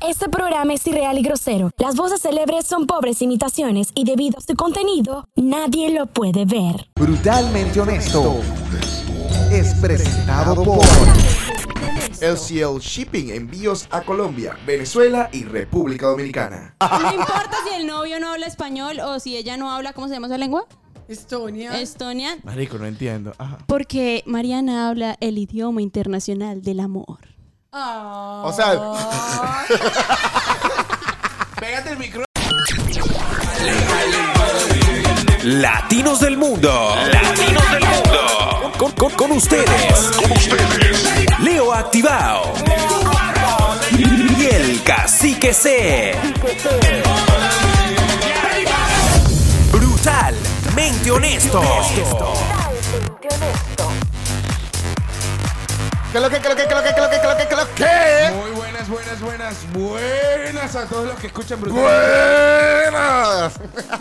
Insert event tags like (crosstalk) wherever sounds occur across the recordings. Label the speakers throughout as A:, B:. A: Este programa es irreal y grosero. Las voces célebres son pobres imitaciones y debido a su contenido, nadie lo puede ver.
B: Brutalmente Honesto es presentado por
C: LCL Shipping envíos a Colombia, Venezuela y República Dominicana. Ah.
D: (laughs) No importa si el novio no habla español o si ella no habla, ¿cómo se llama esa lengua?
E: Estonia.
D: Estonia.
C: Marico, no entiendo.
D: Porque Mariana habla el idioma internacional del amor.
E: Ah.
C: O sea- Pégate el micrófono.
F: Latinos del mundo. Latinos del mundo. Con, con- con ustedes. Leo Activado. Y el cacique C. Brutalmente honesto.
C: ¿Qué lo que, qué lo que, qué lo que, qué lo que, qué lo que, qué lo que?
G: Muy buenas, buenas, buenas, buenas a todos los que escuchan Brutal.
C: Buenas.
G: (laughs)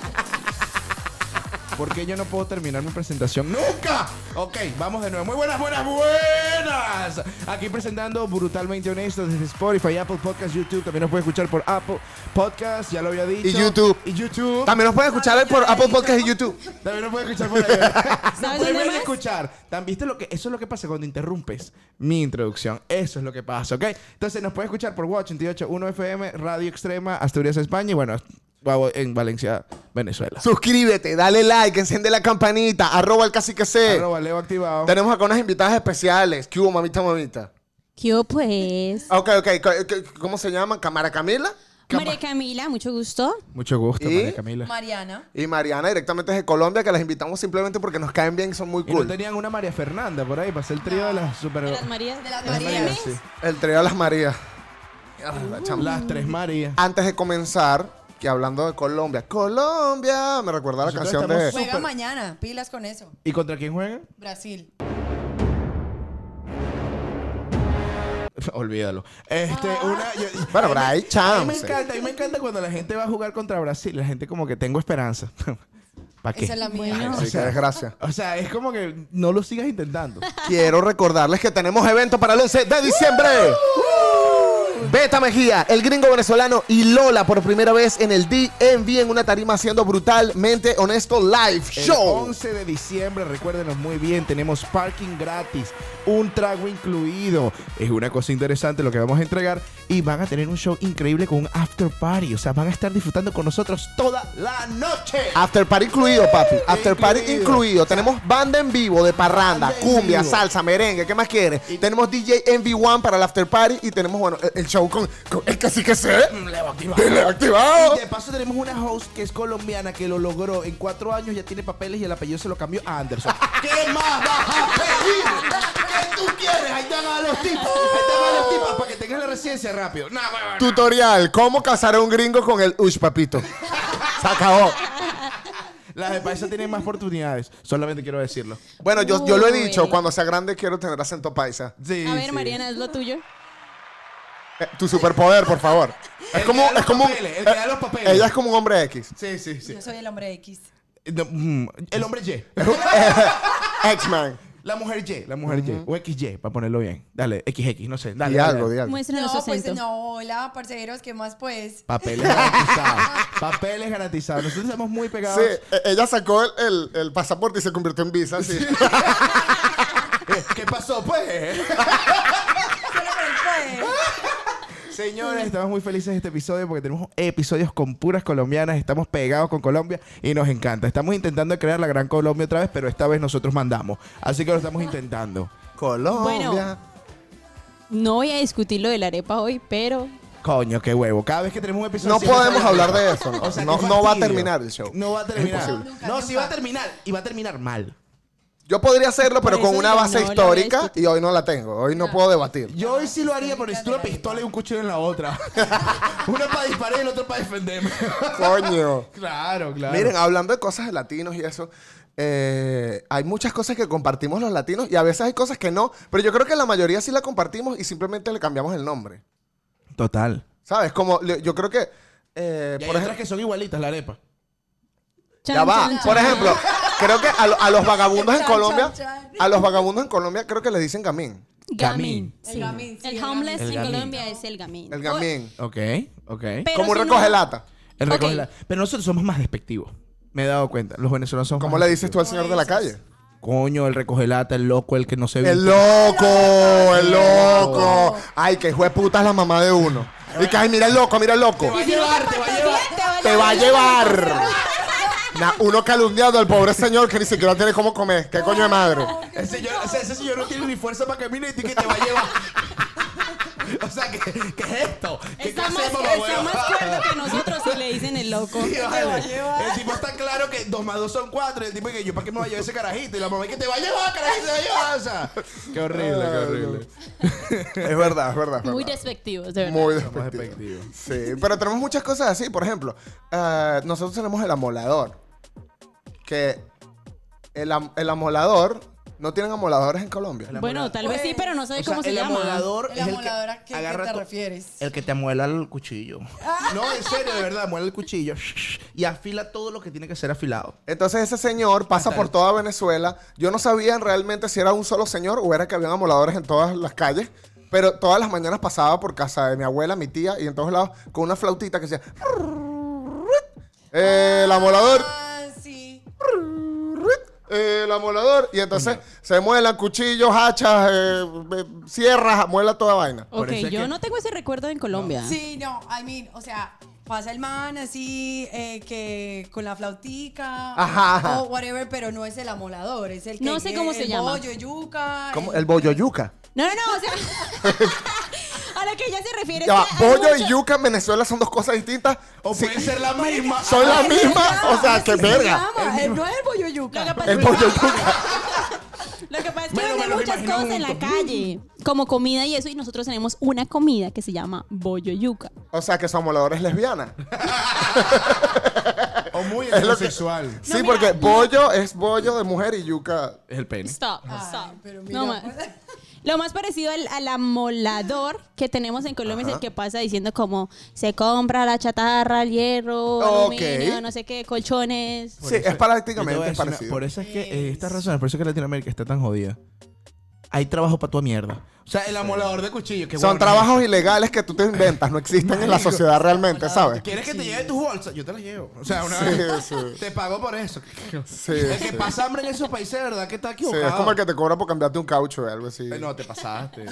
G: ¿Por qué yo no puedo terminar mi presentación? ¡Nunca! Ok, vamos de nuevo. Muy buenas, buenas, buenas. Aquí presentando Brutalmente Honestos desde Spotify, Apple Podcast, YouTube. También nos puede escuchar por Apple Podcast, ya lo había dicho.
C: Y YouTube.
G: Y YouTube.
C: También nos pueden escuchar por Apple Podcast y YouTube.
G: También nos puede escuchar por
E: Ah,
G: ahí.
D: ¿Sabes
G: Nos
D: dónde
G: pueden
D: Ah, más?
G: escuchar. Tan- ¿Viste lo que, eso es lo que pasa cuando interrumpes mi introducción. Eso es lo que pasa, ¿ok? Entonces nos puede escuchar por Watch 88, 1 FM, Radio Extrema, Asturias, España y bueno, Guabo- en Valencia, Venezuela.
C: Suscríbete, dale like, enciende la campanita, arroba el cacique C.
G: Arroba Leo activado.
C: Tenemos acá unas invitadas especiales. ¿Qué hubo, mamita, mamita?
D: ¿Qué hubo, pues?
C: Ok, ok. co- eh, co- ¿Cómo se llama? ¿Camara Camila? Cama-
D: María Camila, mucho gusto.
G: Mucho gusto,
C: ¿Y?
G: María Camila.
E: Mariana.
C: Y Mariana, directamente desde Colombia, que las invitamos simplemente porque nos caen bien y son muy
G: Y no
C: cool.
G: tenían una María Fernanda por ahí para hacer el trío de las super...
D: De las Marías.
E: De las
G: las
E: Marías.
G: Marías, sí.
C: El trío de las Marías. Ah, la chamba.
G: Las tres Marías.
C: Antes de comenzar, que hablando de Colombia, Colombia, me recuerda la
G: Nosotros
C: canción de...
G: estamos-
E: Juega
G: Súper.
E: mañana. Pilas con eso.
G: ¿Y contra quién juegan? (laughs)
E: Brasil.
G: Olvídalo. Este,
D: Ah.
G: una... yo-
C: Bueno, pero hay
G: A mí me
C: chance.
G: encanta, a mí me encanta cuando la gente va a jugar contra Brasil. La gente como que tengo esperanza. (laughs) ¿Para qué?
E: Esa es la mía.
D: Bueno.
C: Sí, qué desgracia.
G: O sea, es como que no lo sigas intentando. (laughs)
C: Quiero recordarles que tenemos evento para el 11 de diciembre. Beta Mejía, el gringo venezolano y Lola por primera vez en el DMV en una tarima haciendo brutalmente honesto live
G: El
C: show.
G: 11 de diciembre, recuérdenos muy bien, tenemos parking gratis, un trago incluido. Es una cosa interesante lo que vamos a entregar y van a tener un show increíble con un after party. O sea, van a estar disfrutando con nosotros toda la noche.
C: After party incluido, papi. After party
G: Incluido.
C: incluido. Tenemos banda en vivo de parranda,
G: Banda en
C: cumbia,
G: vivo.
C: salsa, merengue. ¿Qué más quieres? Tenemos DJ MV1 para el after party y tenemos, bueno, el- el show con, con el cacique C.
G: Mm,
C: Leo activado.
G: Y de paso tenemos una host que es colombiana que lo logró en cuatro años, ya tiene papeles y el apellido se lo cambió a Anderson. (laughs) ¿Qué más vas a pedir? ¿Qué tú quieres? Ahí te van los tipos. Ahí te van los tipos para que tengas la residencia rápido. No, huevón.
C: Tutorial, ¿cómo casar a un gringo con el ush,
G: (laughs)
C: papito? Se acabó.
G: Las de paisa tienen más oportunidades. Solamente quiero decirlo.
C: Bueno, yo, yo lo he
D: Uy.
C: dicho, cuando sea grande quiero tener acento paisa.
G: Sí,
D: A ver,
G: sí.
D: Mariana, es lo tuyo.
C: Eh, tu superpoder, por favor.
G: (laughs) El
C: Es
G: que
C: como,
G: da los
C: es como un- eh,
G: papeles, el que da los papeles.
C: Ella es como un hombre X.
G: Sí, sí, sí.
E: Yo soy el hombre X.
G: No, mm, El hombre Y.
C: X-Man.
G: La mujer Y. La mujer Y. O XY, para ponerlo bien. Dale, XX, no sé. Dale.
C: Di
G: dale,
C: algo,
G: dale.
C: di algo.
D: Muéstranos
E: No,
D: su
E: pues
D: acento.
E: no. Hola, parceros. ¿Qué más, pues?
C: (laughs)
G: Papeles garantizados. Papeles garantizados. Nosotros estamos muy pegados.
C: Sí,
H: e-,
C: eh, ella sacó el, el- el pasaporte y se convirtió en visa.
H: (laughs)
C: Sí.
G: Eh, ¿Qué pasó, pues?
E: Solo con el poder.
D: Ah,
G: Señores, estamos muy felices de este episodio porque tenemos episodios con puras colombianas, estamos pegados con Colombia y nos encanta. Estamos intentando crear la Gran Colombia otra vez, pero esta vez nosotros mandamos. Así que lo estamos intentando.
C: Colombia.
D: No voy a discutir lo de la arepa hoy, pero
G: Coño, qué huevo. Cada vez que tenemos un episodio...
C: No
G: siempre (laughs)
C: podemos
G: sale-
C: hablar de eso, no.
G: qué
C: No- no va a
G: fastidio.
C: terminar el show.
G: No va a terminar.
E: imposible. Nunca,
G: no,
E: nunca.
G: sí va a terminar. Y va a terminar mal.
C: Yo podría hacerlo, pero
D: Por
C: con
D: eso
C: una
D: digo,
C: base
D: no, la
C: histórica
D: verdad es
C: y hoy no la tengo. Hoy no puedo debatir.
G: Yo hoy sí lo haría, pero necesito una pistola y un cuchillo en la (laughs) otra. una para disparar y la otra para defenderme. (laughs)
C: Coño.
G: claro, claro.
C: Miren, hablando de cosas de latinos y eso, eh, hay muchas cosas que compartimos los latinos y a veces hay cosas que no, pero yo creo que la mayoría sí la compartimos y simplemente le cambiamos el nombre.
G: Total.
C: ¿Sabes? Como le- yo creo que. eh,
G: Y hay
C: por
G: otras
C: ejemplo,
G: que son igualitas, la arepa.
D: Chan,
C: ya va.
D: chan, chan.
C: Por ejemplo, creo que a, lo- a los vagabundos en
E: Chan, chan,
C: Colombia,
E: chan.
C: a los vagabundos en Colombia creo que les dicen gamín.
D: Gamín.
E: El
D: sí.
E: gamín, sí, el
D: el
G: gamín.
D: homeless en
G: El gamín.
D: Colombia es el gamín.
H: El gamín.
G: Ok, ok.
D: Pero
H: Como
D: si no-
H: recoge lata.
G: El
D: Ok.
G: recoger la- Pero nosotros somos más despectivos. Me he dado cuenta. Los venezolanos son
H: ¿Cómo le dices tú al señor de la calle?
G: Coño, el recogelata, el loco, el que no se ve.
H: El loco, el loco. Ay, que hijo de puta es la mamá de uno. Y que, ay, mira el loco, mira el loco. Te va a llevar. Na, uno calumniando al pobre señor que ni siquiera tiene cómo comer. ¿Qué coño de madre?
G: Ese señor, ese, ese señor no tiene ni fuerza para caminar y que te va a llevar. o sea, ¿qué, qué es esto? ¿Qué
D: Está
G: clase
D: más,
G: de
D: está
G: mamahueva?
D: más cuerdo que nosotros si le dicen el loco.
G: Sí, vale. El tipo está claro que dos más dos son cuatro. Y el tipo que yo, ¿para qué me va a llevar ese carajito? Y la mamá, que te va a llevar, carajito? Te va a llevar. O sea, qué horrible, qué horrible.
H: Es verdad, es verdad. es
D: Muy
H: verdad.
D: despectivos, de verdad.
H: Muy
G: Somos
H: despectivo.
G: despectivos.
H: Sí, pero tenemos muchas cosas así. Por ejemplo, ah, nosotros tenemos el amolador. Que el, am- el amolador. No tienen amoladores en Colombia.
D: bueno, tal vez sí, pero no sé
G: O sea,
D: cómo se
G: el
D: llama.
G: amolador
E: El
G: es el que
E: amolador, ¿a qué- qué
G: agarra
E: te
G: to-
E: refieres?
G: El que te amuela el cuchillo.
E: (laughs)
G: No, en serio, de verdad, amuela el cuchillo (laughs) y afila todo lo que tiene que ser afilado.
H: Entonces ese señor pasa por toda Venezuela. Yo no sabía realmente si era un solo señor o era que habían amoladores en todas las calles. Pero todas las mañanas pasaba por casa de mi abuela, mi tía y en todos lados con una flautita que decía... "Eh, El amolador,
E: Ah, sí.
H: eh, el amolador. Y entonces se muelan cuchillos, hachas, eh, eh, sierras, muela toda vaina.
D: Ok,
G: Por eso es
D: yo
G: que-
D: no tengo ese recuerdo en Colombia.
E: Sí, no, I mean, o sea, pasa el man así, eh, que con la flautica
H: Ajá, ajá.
E: o whatever, pero no es el amolador, es el que
D: No sé cómo
E: el
D: se llama.
E: bollo, yuca.
H: Como
E: el-
H: el boyoyuca.
D: No, no, no, o sea. a lo que ella se refiere
H: Ya
D: es
H: va,
D: que Este, hay
H: Bollo y
D: mucho-
H: yuca en Venezuela son dos cosas distintas.
G: O
H: Sí,
G: puede ser la misma.
H: son
D: Ah,
H: las
E: Así se
H: mismas,
E: llama,
H: o sea,
E: así
H: que
E: se
H: verga.
E: llama, el- No es el bollo
D: Lo
E: yuca.
D: que pasa
H: El
D: es que-
H: boyoyuca.
D: Lo que pasa es que
G: Bueno, me
D: venden
G: lo
D: muchas
G: imagino
D: cosas en la
G: junto.
D: calle, como comida y eso, y nosotros tenemos una comida que se llama bollo yuca.
H: O sea, que su amolador
D: (laughs)
H: es lesbiana.
G: O muy
H: Es lo que-
G: heterosexual.
H: sí,
D: mira.
H: porque bollo es bollo de mujer y yuca.
G: Es el pene.
D: Stop,
E: Ay,
D: stop.
E: pero mira,
D: No más.
E: pues.
D: (laughs) Lo más parecido al, al amolador que tenemos en Colombia es el que pasa diciendo como se compra la chatarra, el hierro,
H: Ok.
D: aluminio, no sé qué, colchones.
H: Sí,
G: Yo te
H: es
G: voy a
H: prácticamente
G: decir una-
H: parecido.
G: por eso es que eh, estas razones, por eso es que Latinoamérica está tan jodida. Hay trabajo para tu mierda. O sea, el amolador de cuchillos. que
H: Son
G: bueno,
H: trabajos
G: (laughs)
H: ilegales que tú te inventas, no existen en la sociedad realmente, ¿sabes?
G: ¿Quieres que te lleve tus bolsas? Yo te las llevo. O sea, una
H: Sí,
G: vez.
H: sí.
G: Te pago por eso.
H: Sí,
G: el que
H: sí.
G: pasa hambre en esos países, de verdad que está
H: Sí,
G: equivocado.
H: es como el que te cobra por cambiarte un caucho o algo así.
G: Eh, No, te (laughs) pasaste.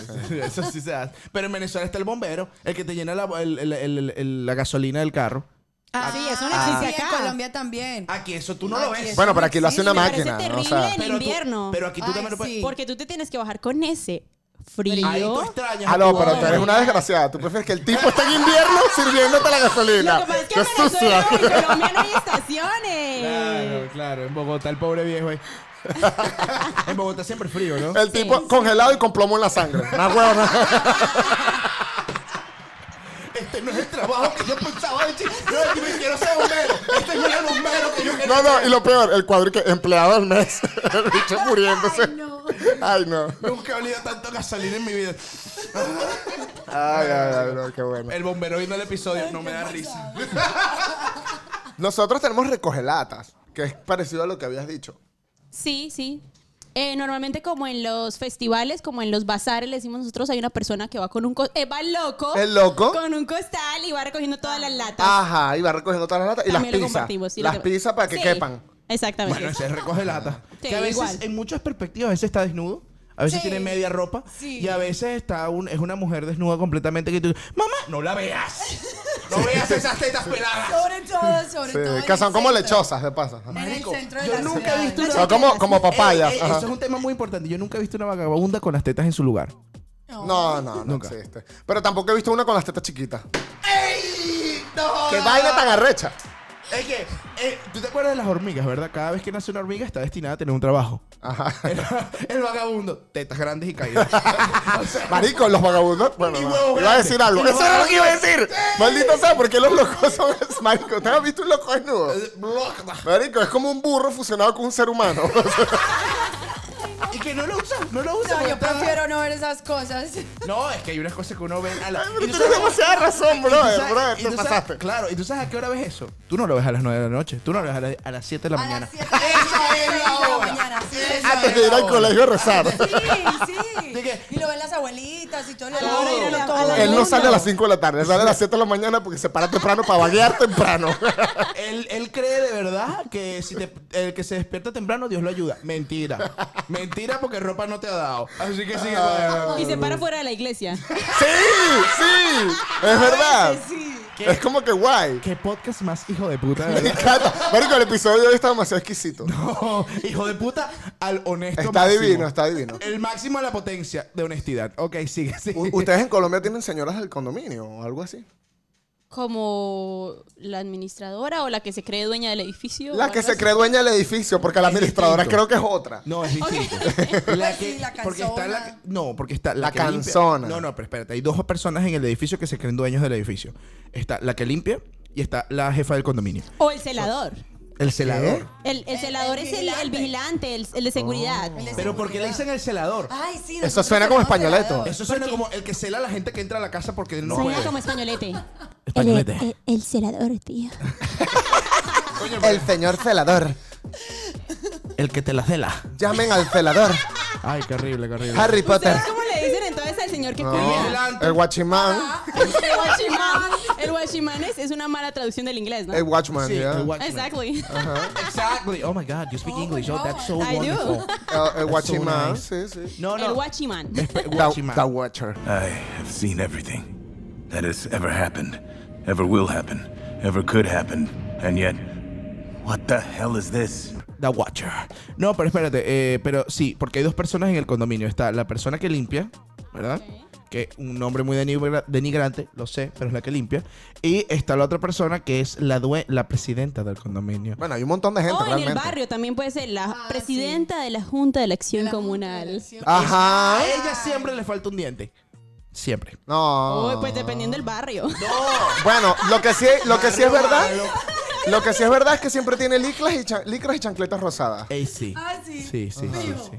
G: Eso sí se hace. Pero en Venezuela está el bombero, el que te llena la, el- el- el- el- la gasolina del carro.
E: Ah, sí, eso no
D: existe
E: en
D: acá.
E: Colombia también.
G: Aquí eso tú no lo
E: Aquí
G: ves.
E: Ah, eso
H: bueno, pero aquí lo hace
E: existe,
H: una
D: me parece
H: máquina. ¿no? O
D: terrible.
H: sea,
D: En
G: tú-
D: invierno.
G: pero aquí tú
E: Ay,
G: también lo puedes...
E: sí.
D: Porque tú te tienes que bajar con ese
G: Ahí tú
D: frío.
G: extrañas. a
H: ah,
G: tu
H: no, pero
G: abuela.
H: tú eres una desgraciada. Tú prefieres que el tipo esté en invierno (laughs) sirviéndote la
D: Lo que
H: gasolina. (laughs)
D: pasa es que
H: ¡Qué
D: en Venezuela
H: sucia!
D: o en Colombia no hay
E: Eh.
D: estaciones.
G: Claro, claro. En Bogotá, el pobre viejo
E: (laughs)
G: ahí. en Bogotá siempre frío, ¿no?
H: (laughs) El tipo congelado y con plomo en la (laughs) sangre. Una huevona.
G: Este no es el trabajo que yo pensaba de chico. Yo, yo me quiero ser bombero. Este no es el bombero que yo quería
H: No, no,
G: ser.
H: y lo peor, el cuadro que empleado del mes. (laughs) El bicho muriéndose. Ay, no. Ay, no.
G: Nunca he olido tanto gasolina en mi vida.
H: Ay, ay, ay, no, qué bueno.
G: El bombero viendo el episodio no me da risa.
H: Nosotros tenemos recogelatas, que es parecido a lo que habías dicho.
D: Sí, sí. Eh, normalmente como en los festivales, como en los bazares, le decimos nosotros, hay una persona que va con un... co- eh, va loco.
H: ¿El loco?
D: Con un costal y va recogiendo todas las latas.
H: Ajá, y va recogiendo todas las latas y las
D: También lo
H: pizzas.
D: compartimos, sí, lo
H: las
D: que-
H: pizzas para que
D: Sí,
H: quepan.
D: Exactamente.
G: Bueno, ese recoge lata.
D: Sí,
G: que a veces,
D: igual.
G: en muchas perspectivas, a veces está desnudo. A veces
E: Sí.
G: tiene media ropa.
E: Sí.
G: Y a veces está un, es una mujer desnuda completamente que tú... Mamá, no la veas.
E: (laughs)
G: No veas esas tetas peladas.
E: Sobre todo, sobre todo.
H: Sí,
E: en
H: que
E: el
H: son como
E: centro.
H: lechosas, de paso.
E: En el
G: Marico,
E: centro de
G: yo
E: la
G: nunca he
E: ciudad.
G: visto
H: Son como, como papayas.
G: Ey, ey,
H: ajá.
G: eso es un tema muy importante. Yo nunca he visto una vagabunda con las tetas en su lugar.
H: No, no, no
G: Nunca.
H: existe. Pero tampoco he visto una con las tetas chiquitas.
D: Ah.
G: ¡Ey! ¡No!
H: ¡Qué vaina tan arrecha!
G: Es que, eh, tú te acuerdas de las hormigas, ¿verdad? Cada vez que nace una hormiga está destinada a tener un trabajo.
H: Ajá. (laughs)
G: El, (laughs) el vagabundo, tetas grandes y caídas. (laughs) O sea,
H: Marico, los vagabundos. Bueno,
G: Y
H: no,
G: huevos
H: iba a
G: grandes.
H: decir algo.
G: Y
H: Eso
G: huevos
H: era lo que iba a decir.
G: grandes.
H: Maldito sea, porque los locos son. Marico, ¿ustedes han visto un loco desnudo?
G: block.
H: (laughs) Marico, es como un burro fusionado con un ser humano.
G: (laughs) y que no lo usa No nos gusta
E: No, yo
G: montar.
E: prefiero no ver esas cosas.
G: No, es que hay unas cosas que uno ve a la...
H: Ah, Pero tú tienes demasiada razón,
G: y tú
H: brother,
G: sabes-
H: brother,
G: y
H: te
G: tú sabes-
H: pasaste.
G: Claro, ¿y tú sabes a qué hora ves eso? Tú no lo ves a las 9 de la noche, tú no lo ves a, la- a las 7 de la
E: A
G: mañana.
E: las 7 de la mañana. sí, esa
H: Antes
E: es
H: de ir
E: la
H: al
E: hora.
H: colegio a rezar.
E: (laughs) Sí, sí.
G: Dije-
E: Y lo ven las abuelitas y todo.
D: A
E: lo
D: la hora de ir a la- a la-
H: Él no sale a las 5 de la tarde, él sale a las 7 de la mañana porque se para temprano para vaguear temprano. (laughs)
G: Él, él cree de verdad que si te- el que se despierta temprano, Dios lo ayuda. Mentira. Mentira porque ropa no te ha dado. Así que sigue.
H: Ah. eh,
D: Y se para fuera de la iglesia.
H: ¡Sí! ¡Sí! ¡Es verdad! Es como que guay.
G: ¿Qué podcast más hijo de puta?
H: Me
G: ¿verdad? (laughs)
H: encanta. Marico, el episodio de hoy está demasiado exquisito.
G: No, hijo de puta al honesto.
H: Está
G: máximo.
H: divino, está divino.
G: El máximo de la potencia de honestidad. Ok, sigue, sigue.
H: U- ¿Ustedes en Colombia tienen señoras del condominio o algo así?
D: Como la administradora o la que se cree dueña del edificio. o
H: La que
D: algo
H: se
D: así.
H: cree dueña del edificio, porque la
G: Es
H: administradora
G: distinto.
H: creo que es otra.
G: No, es distinto.
E: Pues sí, la
G: porque está la, que-
E: canzona.
G: no, porque está la,
H: La
G: que limpia-
H: canzona.
G: No, no, pero espérate. Hay dos personas en el edificio que se creen dueños del edificio. Está la que limpia y está la jefa del condominio.
D: O el celador.
G: El celador.
D: El, el celador es el, el vigilante, el, el de seguridad.
G: Pero ¿por qué le dicen el celador?
E: Ay, sí.
H: Eso
E: nosotros
H: suena como
E: tenemos
H: españoleto.
E: celador.
G: Eso suena como el que cela a la gente que entra a la casa porque no pues.
D: Suena
G: puede. este.
D: como españolete.
G: Españolete.
A: celador, tío.
H: El señor celador.
G: El que te la cela.
H: Llamen al celador.
G: Ay, qué horrible, qué horrible.
H: Harry Potter.
D: ¿Ustedes cómo le dicen entonces al señor que
H: No,
D: cuida?
H: el guachimán.
D: Ah, El guachimán. El guachimán es, es una mala traducción del inglés, ¿no?
H: El watchman,
G: Sí,
H: ya.
G: el watchman.
D: Exactly.
G: Exactly. Oh my God, you speak English. Oh, that's so
D: I do.
G: wonderful.
H: El, el
G: so
H: guachimán,
G: nice.
H: sí, sí.
G: No, no.
D: El guachimán.
G: Espe-
H: The-
G: guachimán.
H: the Watcher.
I: I have seen everything that has ever happened, ever will happen, ever could happen, and yet, what the hell is this?
G: The Watcher. No, pero espérate, eh, pero sí, porque hay dos personas en el condominio. Está la persona que limpia, ¿verdad? Que un nombre muy denigra- denigrante, lo sé, pero es la que limpia. Y está la otra persona que es la, due- la presidenta del condominio.
H: Bueno, hay un montón de gente
D: O Oh, en
H: realmente.
D: el barrio también puede ser la presidenta de la Junta Ah, de la Acción Comunal.
H: Ajá.
G: A ella siempre le falta un diente. Siempre.
H: No.
D: Uy, pues dependiendo del barrio.
H: Bueno, lo que sí, lo que sí es
G: Barrio
H: verdad,
G: malo.
H: lo que sí es verdad es que siempre tiene licras y, cha- licras y chancletas rosadas.
G: Ey, sí.
E: Ah, sí.
G: Sí, sí, sí, sí.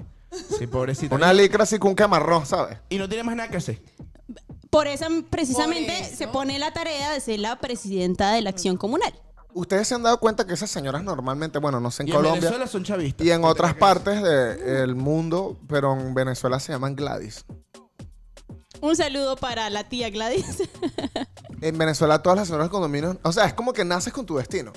G: Sí, pobrecita.
H: Una licra así con un camarrón, ¿sabes?
G: Y no tiene más nada que hacer.
D: Por eso, precisamente,
E: Por eso.
D: se pone la tarea de ser la presidenta de la Acción Comunal.
H: Ustedes se han dado cuenta que esas señoras normalmente, bueno, no sé
G: Y
H: en
G: en
H: Colombia
G: Venezuela son chavistas.
H: y en otras partes del mundo, pero en Venezuela se llaman Gladys.
D: Un saludo para la tía Gladys. (laughs)
H: En Venezuela todas las señoras del condominio, o sea, es como que naces con tu destino.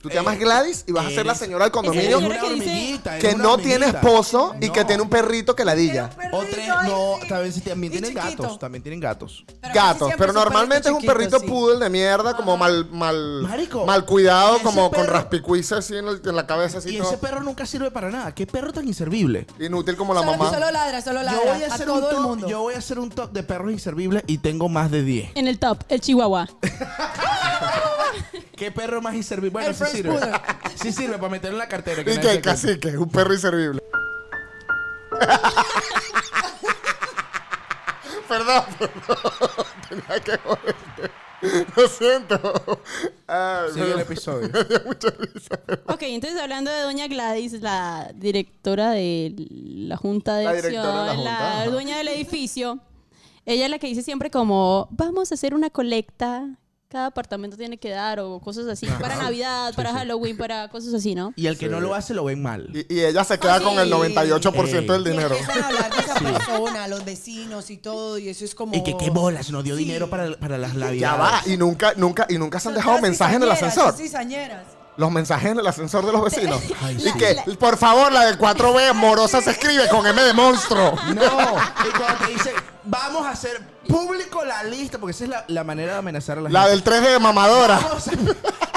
H: Tú te llamas Gladys y vas a ser la
G: Eh, eres-
H: señora del
D: Esa
H: condominio
D: señora que dice-
H: que no tiene esposo y que tiene un perrito que la diga.
E: Perrito,
G: O tres,
E: ay,
G: no,
E: sí.
G: también, también
E: Y
G: tienen
E: chiquito.
G: gatos, también tienen gatos.
E: Pero casi
H: gatos,
E: siempre
H: pero
E: es un
H: normalmente es un perrito
E: chiquito, sí.
H: poodle de mierda, como mal, mal,
G: Marico,
H: mal cuidado,
G: ese
H: como con
G: perro-
H: raspicuiza así en, el- en la cabeza, así
G: Y
H: todo.
G: ese perro nunca sirve para nada. Qué perro tan inservible.
H: Inútil como la
E: Solo-
H: mamá.
E: Solo ladra, solo
G: Yo
E: ladra.
G: voy, a
E: a
G: hacer un
E: todo el
G: top,
E: mundo.
G: yo voy a hacer un top de perros inservibles y tengo más de 10.
D: En el top, el Chihuahua.
G: ¿Qué perro más inservible? Bueno,
E: El
G: sí
E: French
G: sirve.
E: Poodle.
G: (laughs) Sí sirve para meterlo en la cartera.
H: Y
G: nadie
H: que
G: se
H: casi que es un
G: (laughs)
H: perro inservible. perdón, perdón. Tenía que joderte. Lo siento. Ay,
G: acuerda. Sigue el
H: me-
G: episodio.
D: Ok, entonces hablando de doña Gladys, la directora de la Junta de
H: La
D: Acción,
H: directora de la Junta, ajá.
D: dueña del edificio, ella es la que dice siempre como, vamos a hacer una colecta, cada apartamento tiene que dar o cosas así, para Navidad, para Halloween, para cosas así, ¿no?
G: Y el que no lo hace lo ven mal.
H: y, y ella se queda con el 98% del
E: Ah, Y
H: dinero.
E: empiezan a hablar de esa persona, los vecinos y todo, y eso es como...
G: Y que qué bolas, no dio
E: Sí.
G: dinero para, para las navidades.
H: Ya va. Y nunca, nunca, y nunca se han dejado mensajes en el ascensor.
E: Sí, sañeras.
H: Los mensajes en el ascensor de los vecinos.
G: Ay,
H: y
G: sí.
H: que, por favor, la de 4B morosa se escribe con M de monstruo.
G: No, y cuando te dicen, vamos a hacer público la lista, porque esa es la, la manera de amenazar a la,
H: La
G: gente.
H: del 3D de mamadora.
G: Vamos a,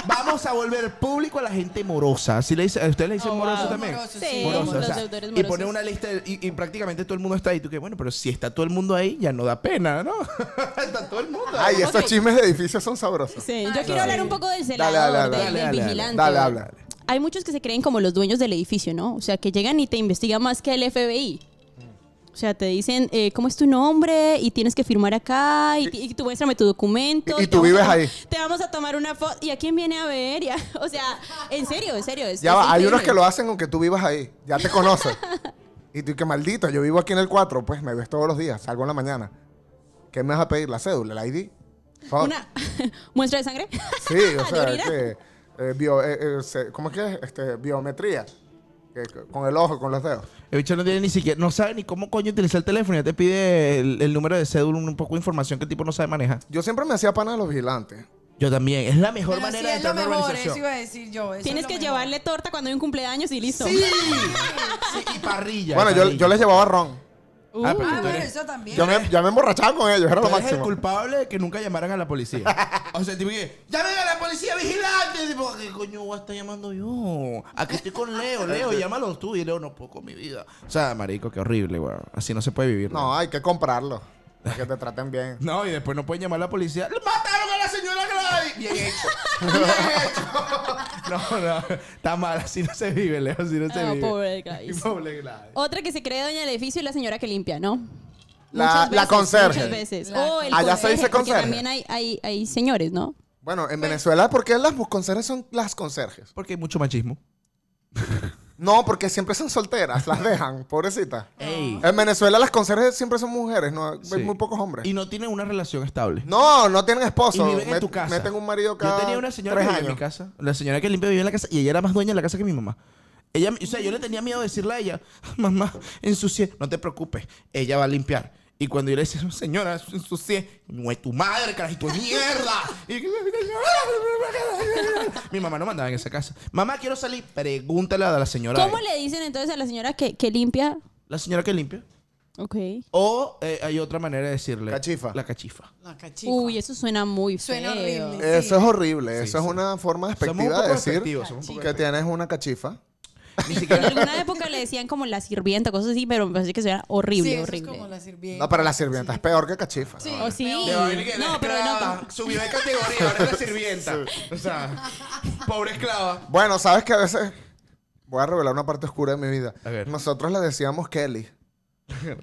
G: vamos a volver público a la gente morosa. Así le dice, a ustedes le dicen
D: Oh,
G: moroso
D: wow.
G: también.
E: Moroso,
D: Sí,
E: sí.
G: Moroso, o
D: los
G: sea,
D: deudores
G: y
D: morosos.
G: pone una lista de- y, y prácticamente todo el mundo está ahí. Tú que bueno, pero si está todo el mundo ahí, ya no da pena, ¿no? (laughs) está todo el mundo. ahí.
H: Ay, esos
D: Ok.
H: chismes de edificios son sabrosos.
D: Sí, yo quiero hablar un poco del celador,
H: dale, dale,
D: del,
H: dale,
D: del
G: dale,
D: vigilante.
H: dale, habla, dale.
D: Hay muchos que se creen como los dueños del edificio, ¿no? O sea, que llegan y te investigan más que el FBI. O sea, te dicen, eh, ¿cómo es tu nombre? Y tienes que firmar acá. Y, ti- y tú muéstrame tu documento.
H: Y-
D: te
H: y tú
D: vamos a
H: vives
D: tom-
H: ahí.
D: Te vamos a tomar una foto. ¿Y a quién viene a ver? Y a- (laughs) o sea, en serio, en serio. es-
H: Ya
D: es
H: va, hay
D: increíble.
H: unos que lo hacen aunque tú vivas ahí. Ya te conoces. Y tú, que maldito, yo vivo aquí en el 4, pues me ves todos los días, salgo en la mañana. ¿Qué me vas a pedir? ¿La cédula, el ID? Fuck.
D: Una (laughs) muestra de sangre.
H: Sí, o sea,
D: ¿De orina?
H: que, eh, bio- eh, eh, se- ¿cómo es que es? Este, biometría. Que c- con el ojo, con los dedos.
G: El bicho no tiene ni siquiera, no sabe ni cómo coño utilizar el teléfono. Ya te pide el, el número de cédula, un poco de información que el tipo no sabe manejar.
H: Yo siempre me hacía pana de los vigilantes.
G: Yo también. Es la mejor
E: Pero
G: manera
E: sí
G: de
E: es
G: entrar
E: lo
G: a una
E: mejor,
G: organización.
E: eso iba a decir yo. eso
D: Tienes
E: es lo
D: que
E: mejor.
D: llevarle torta cuando hay un cumpleaños y listo. (laughs)
G: Sí. Sí, y parrilla.
H: bueno,
G: y
H: yo,
G: parrilla.
H: yo les llevaba ron.
G: Ah, pero
E: Ah,
G: tú
E: bueno,
G: eres-
E: eso también.
H: Yo me, yo me emborrachaba con ellos, era
G: Tú
H: lo
G: eres el
H: máximo.
G: culpable de que nunca llamaran a la
H: (laughs)
G: policía. o sea, el tipo que, llamen a la policía vigilante. Tipo, ¿a ¿qué coño voy a estar llamando yo? Aquí estoy con Leo,
H: (laughs)
G: Leo, llámalo tú. Y Leo, no puedo con mi vida. O sea, marico, qué horrible, weón. Así no se puede vivir.
H: No, hay que comprarlo. Para que te traten bien.
G: No, y después no pueden llamar a la policía. ¡Le ¡Mataron a la señora Gladys! Bien
H: (laughs)
G: hecho. Bien hecho. no, no. Está mal. Así no se vive, Leo. Así no se
D: Ah,
G: vive.
D: pobre Gladys.
G: Pobre Gladys.
D: Otra que se cree dueña del edificio es la señora que limpia, ¿no?
H: La-
D: Muchas
H: la conserje.
D: Muchas veces.
E: La-
D: O el
H: Allá se
D: conserje,
H: dice
D: porque
H: conserje.
D: También hay, hay, hay señores, ¿no?
H: Bueno, en Venezuela, ¿por qué las bus- conserjes son las conserjes?
G: Porque hay mucho machismo.
H: No, porque siempre son solteras, las dejan, (laughs) pobrecitas.
G: Ey.
H: En Venezuela las conserjes siempre son mujeres, no hay
G: Sí.
H: muy pocos hombres.
G: Y no tienen una relación estable.
H: No, no tienen esposo.
G: Y viven
H: Met-
G: en tu casa.
H: Meten un marido cada
G: Yo tenía una señora que
H: tres
G: vivía en mi
H: años.
G: casa. La señora que limpia vivía en la casa y ella era más dueña de la casa que mi mamá. Ella, o sea, yo le tenía miedo de decirle a ella, (laughs) mamá, ensucié, no te preocupes, ella va a limpiar. Y cuando yo le decía, señora, ensucié, no es tu madre, carajito, de mierda. Y yo, mi mamá no mandaba en esa casa. Mamá, quiero salir, pregúntale a la señora.
D: ¿Cómo le dicen entonces a la señora que, que limpia?
G: La señora que limpia.
D: Ok.
G: O eh, hay otra manera de decirle.
H: Cachifa.
G: La cachifa.
E: La cachifa.
D: Uy, eso suena muy feo.
E: Suena horrible.
H: Eso es horrible.
G: Sí,
H: Eso
G: sí.
H: es una forma
G: Somos un
H: despectiva
G: poco
H: de decir
G: despectivos, somos un poco
H: que tienes una cachifa.
G: Ni
D: En (laughs)
G: siquiera...
D: alguna época le decían como la sirvienta, cosas así, pero me parece que suena horrible,
E: Sí, eso
D: horrible.
E: es como la sirvienta.
H: No, pero la sirvienta es peor que cachifa.
E: Sí.
H: ¿no?
D: O sí.
G: De vaina que la
D: No, pero no.
G: esclava
D: como-
G: Subió de categoría, ahora es la sirvienta.
H: (laughs)
G: O sea, pobre esclava.
H: Bueno, sabes que a veces voy a revelar una parte oscura de mi vida.
G: A ver.
H: Nosotros le decíamos Kelly,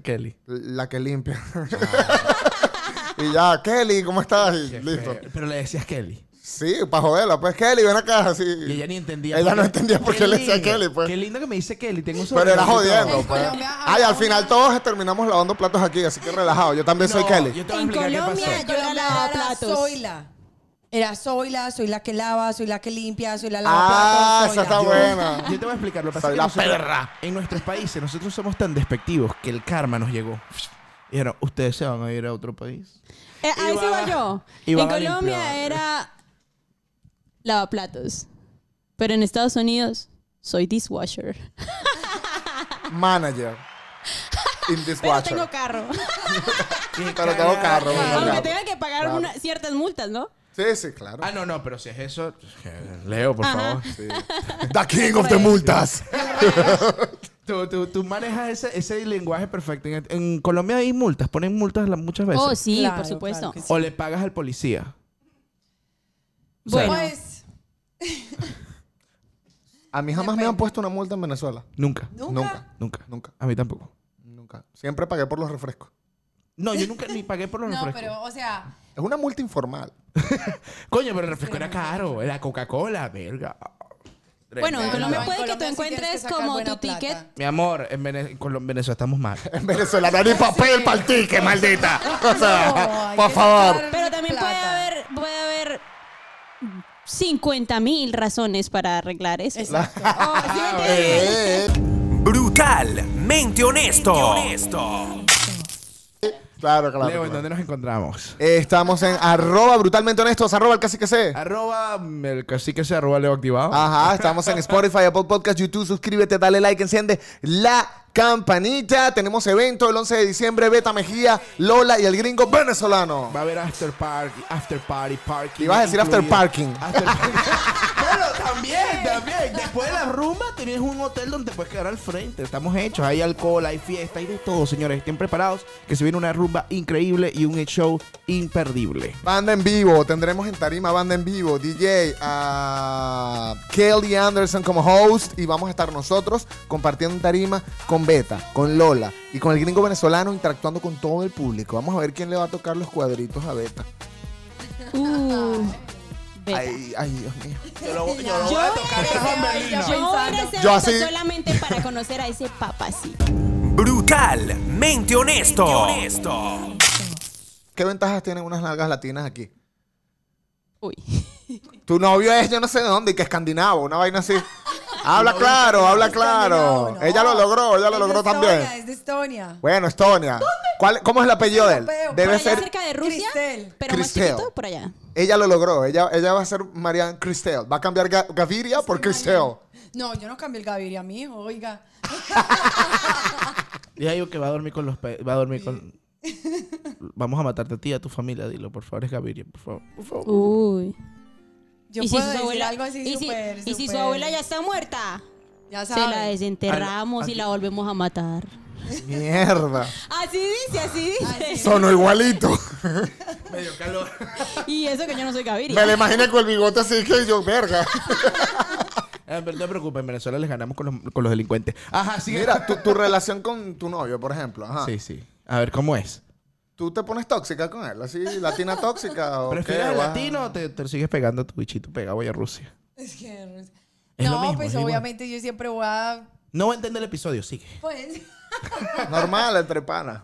G: Kelly.
H: la que limpia.
G: Ah.
H: (laughs) y ya, Kelly, ¿cómo estás? Y listo.
G: Eh, Pero le decías Kelly.
H: Sí, para joderla, pues Kelly, ven acá. Así.
G: Y ella ni entendía.
H: Ella
G: por
H: no
G: qué.
H: entendía por qué le decía
G: lindo.
H: Kelly, pues.
G: Qué lindo que me dice Kelly. Tengo un
H: Pero era
G: sobrenombre y todo.
H: jodiendo,
E: En
H: pues.
E: Colombia
H: Ay, al
E: había
H: final
E: una-
H: todos terminamos lavando platos aquí, así que relajado. Yo también soy
G: No,
H: Kelly.
G: Yo te voy a
D: En
G: explicar qué pasó.
D: Colombia yo era la
E: era
D: platos.
E: Zoila. Era Zoila, soy la que lava, soy la que limpia, soy la
H: Ah,
E: lavaplatos,
H: esa está
E: Zoila.
H: buena.
G: Yo te voy a explicar. Lo que pasa es
H: Soy
G: que
H: la
G: nosotros-
H: perra.
G: En nuestros países, nosotros somos tan despectivos que el karma nos llegó. Y dijeron, ¿ustedes se van a ir a otro país?
D: Eh, a
G: Y
D: eso
G: van
D: iba
G: a-
D: yo.
G: y
D: En
G: van a
D: Colombia
G: limpiar.
D: era lavaplatos. Pero en Estados Unidos soy dishwasher.
H: Manager. In
D: (laughs)
H: this
D: Pero
H: watcher.
D: tengo carro.
H: Pero tengo carro. me tengo
D: Aunque
H: carro.
D: tenga que pagar
H: Claro.
D: una- ciertas multas, ¿no?
H: Sí, sí, claro.
G: Ah, no, no, pero si es eso... Leo, por favor.
H: The King of the Multas.
G: Tú, tú, tú manejas ese, ese lenguaje perfecto. En, en Colombia hay multas, ponen multas la- muchas veces.
H: Pues,
D: Oh, sí,
E: Claro,
D: por supuesto.
E: claro que sí.
G: O le pagas al policía.
D: Bueno,
E: Pues,
H: A mí jamás me han puesto una multa en Venezuela.
G: Nunca.
E: nunca.
G: Nunca.
H: Nunca.
G: A mí tampoco.
H: Nunca. Siempre pagué por los refrescos.
G: No,
D: (laughs)
G: yo nunca ni pagué por los
E: No,
G: refrescos.
E: pero, o sea,
H: Es una multa informal. (laughs)
G: Coño, pero el refresco era caro. Era Coca-Cola, verga.
D: bueno, en
E: no,
D: Colombia
E: no,
D: puede
E: en
D: que tú
E: Colombia sí tienes que
D: encuentres
E: sacar
D: como tu
E: buena plata.
D: ticket.
G: Mi amor, en, Vene- en Colo- Venezuela estamos mal.
H: (laughs) En Venezuela no hay ni papel para
G: (laughs)
H: el ticket,
D: (laughs)
H: maldita. (laughs) O
E: (laughs) No,
H: sea,
E: hay
H: por
E: que
H: favor.
E: sacar-
D: Pero también puede
E: Plata.
D: haber, puede haber 50 mil razones para arreglar eso. (laughs) Oh,
E: exacto. Ah,
H: Eh, eh,
F: Brutalmente honesto.
H: eh. Claro, claro.
G: Leo, ¿en
H: claro.
G: dónde nos encontramos?
H: Eh, Estamos en arroba brutalmente honestos, arroba el casi que sé.
G: Arroba, mm, el cacique se arroba Leo activado.
H: Ajá, estamos en Spotify, Apple Podcast, YouTube. Suscríbete, dale like, enciende la campanita. Tenemos evento el 11 de diciembre. Beta Mejía, Lola y el gringo venezolano.
G: Va a haber after party, after party, parking.
H: Ibas a decir after
G: incluido.
H: parking.
G: After
H: (laughs)
G: Claro, también, también. Después de la rumba tienes un hotel donde te puedes quedar al frente. Estamos hechos. Hay alcohol, hay fiesta, hay de todo, señores. Estén preparados que se viene una rumba increíble y un show imperdible.
H: Banda en vivo, tendremos en tarima banda en vivo, DJ a Kelly Anderson como host y vamos a estar nosotros compartiendo en tarima con Beta, con Lola y con el gringo venezolano interactuando con todo el público. Vamos a ver quién le va a tocar los cuadritos a Beta.
D: Uh, beta.
H: Eh. Ay, ay, Dios mío.
G: Yo lo,
D: voy a tocar
E: Ay, ya
D: Yo voy a ir a
E: pensando.
D: ese
H: Yo
D: evento
H: así-
D: solamente para conocer a ese papacito.
F: Brutalmente honesto.
H: ¿Qué ventajas tienen unas nalgas latinas aquí?
D: Uy.
H: Tu novio es yo no sé de dónde, y que escandinavo, una vaina así.
E: (laughs)
H: habla claro, habla claro.
E: Escandinavo, no.
H: Ella lo logró, ella lo
E: Es
H: logró
E: de Estonia,
H: también.
E: Es de Estonia.
H: Bueno, Estonia. ¿Cuál, ¿Cómo es el apellido de él?
E: Europeo,
H: Debe
E: para
D: Allá
H: ser.
D: cerca de Rusia,
E: Cristel.
D: pero más
H: Cristel.
D: chiquito, por allá.
H: Ella lo logró. Ella, ella va a ser Marianne Cristel. Va a cambiar Ga- Gaviria por Cristel.
E: No, yo no cambio el Gaviria, mi hijo, oiga.
G: Dile algo que va a dormir con los pe- va a dormir con Vamos a matarte a ti y a tu familia, dilo, por favor, es Gaviria, por favor. Por favor.
D: Uh. Uy.
E: Yo
D: y si
E: puedo
D: su
E: decir
D: abuela,
E: algo así
D: y si-
E: súper,
D: y si su
E: súper-
D: abuela ya está muerta,
E: Ya
D: se la
E: sabes.
D: desenterramos y la volvemos a matar.
H: Mierda.
D: Así dice, así dice.
H: Sonó igualito.
G: (laughs)
D: Y eso que yo no soy
H: Me
D: Gaviria.
H: la imaginé con el bigote así que yo,
D: (laughs)
H: verga.
G: Eh, pero no te preocupes, en Venezuela les ganamos con los, con los delincuentes. Ajá, sigue.
H: Mira, tu, tu relación con tu novio, por ejemplo. Ajá.
G: Sí, sí. A ver, ¿cómo es?
H: ¿Tú te pones tóxica con él? ¿Así, latina tóxica? ¿o
G: ¿Prefieres
H: qué?
G: al
H: ¿Vas-
G: latino o te, te sigues pegando a tu bichito pegado allá a Rusia?
E: Es que-
G: Es lo
E: no,
G: mismo,
E: pues
G: es igual.
E: obviamente yo siempre voy a.
G: No va a entender el episodio, sigue.
E: Pues, (laughs)
H: Normal, entre panas.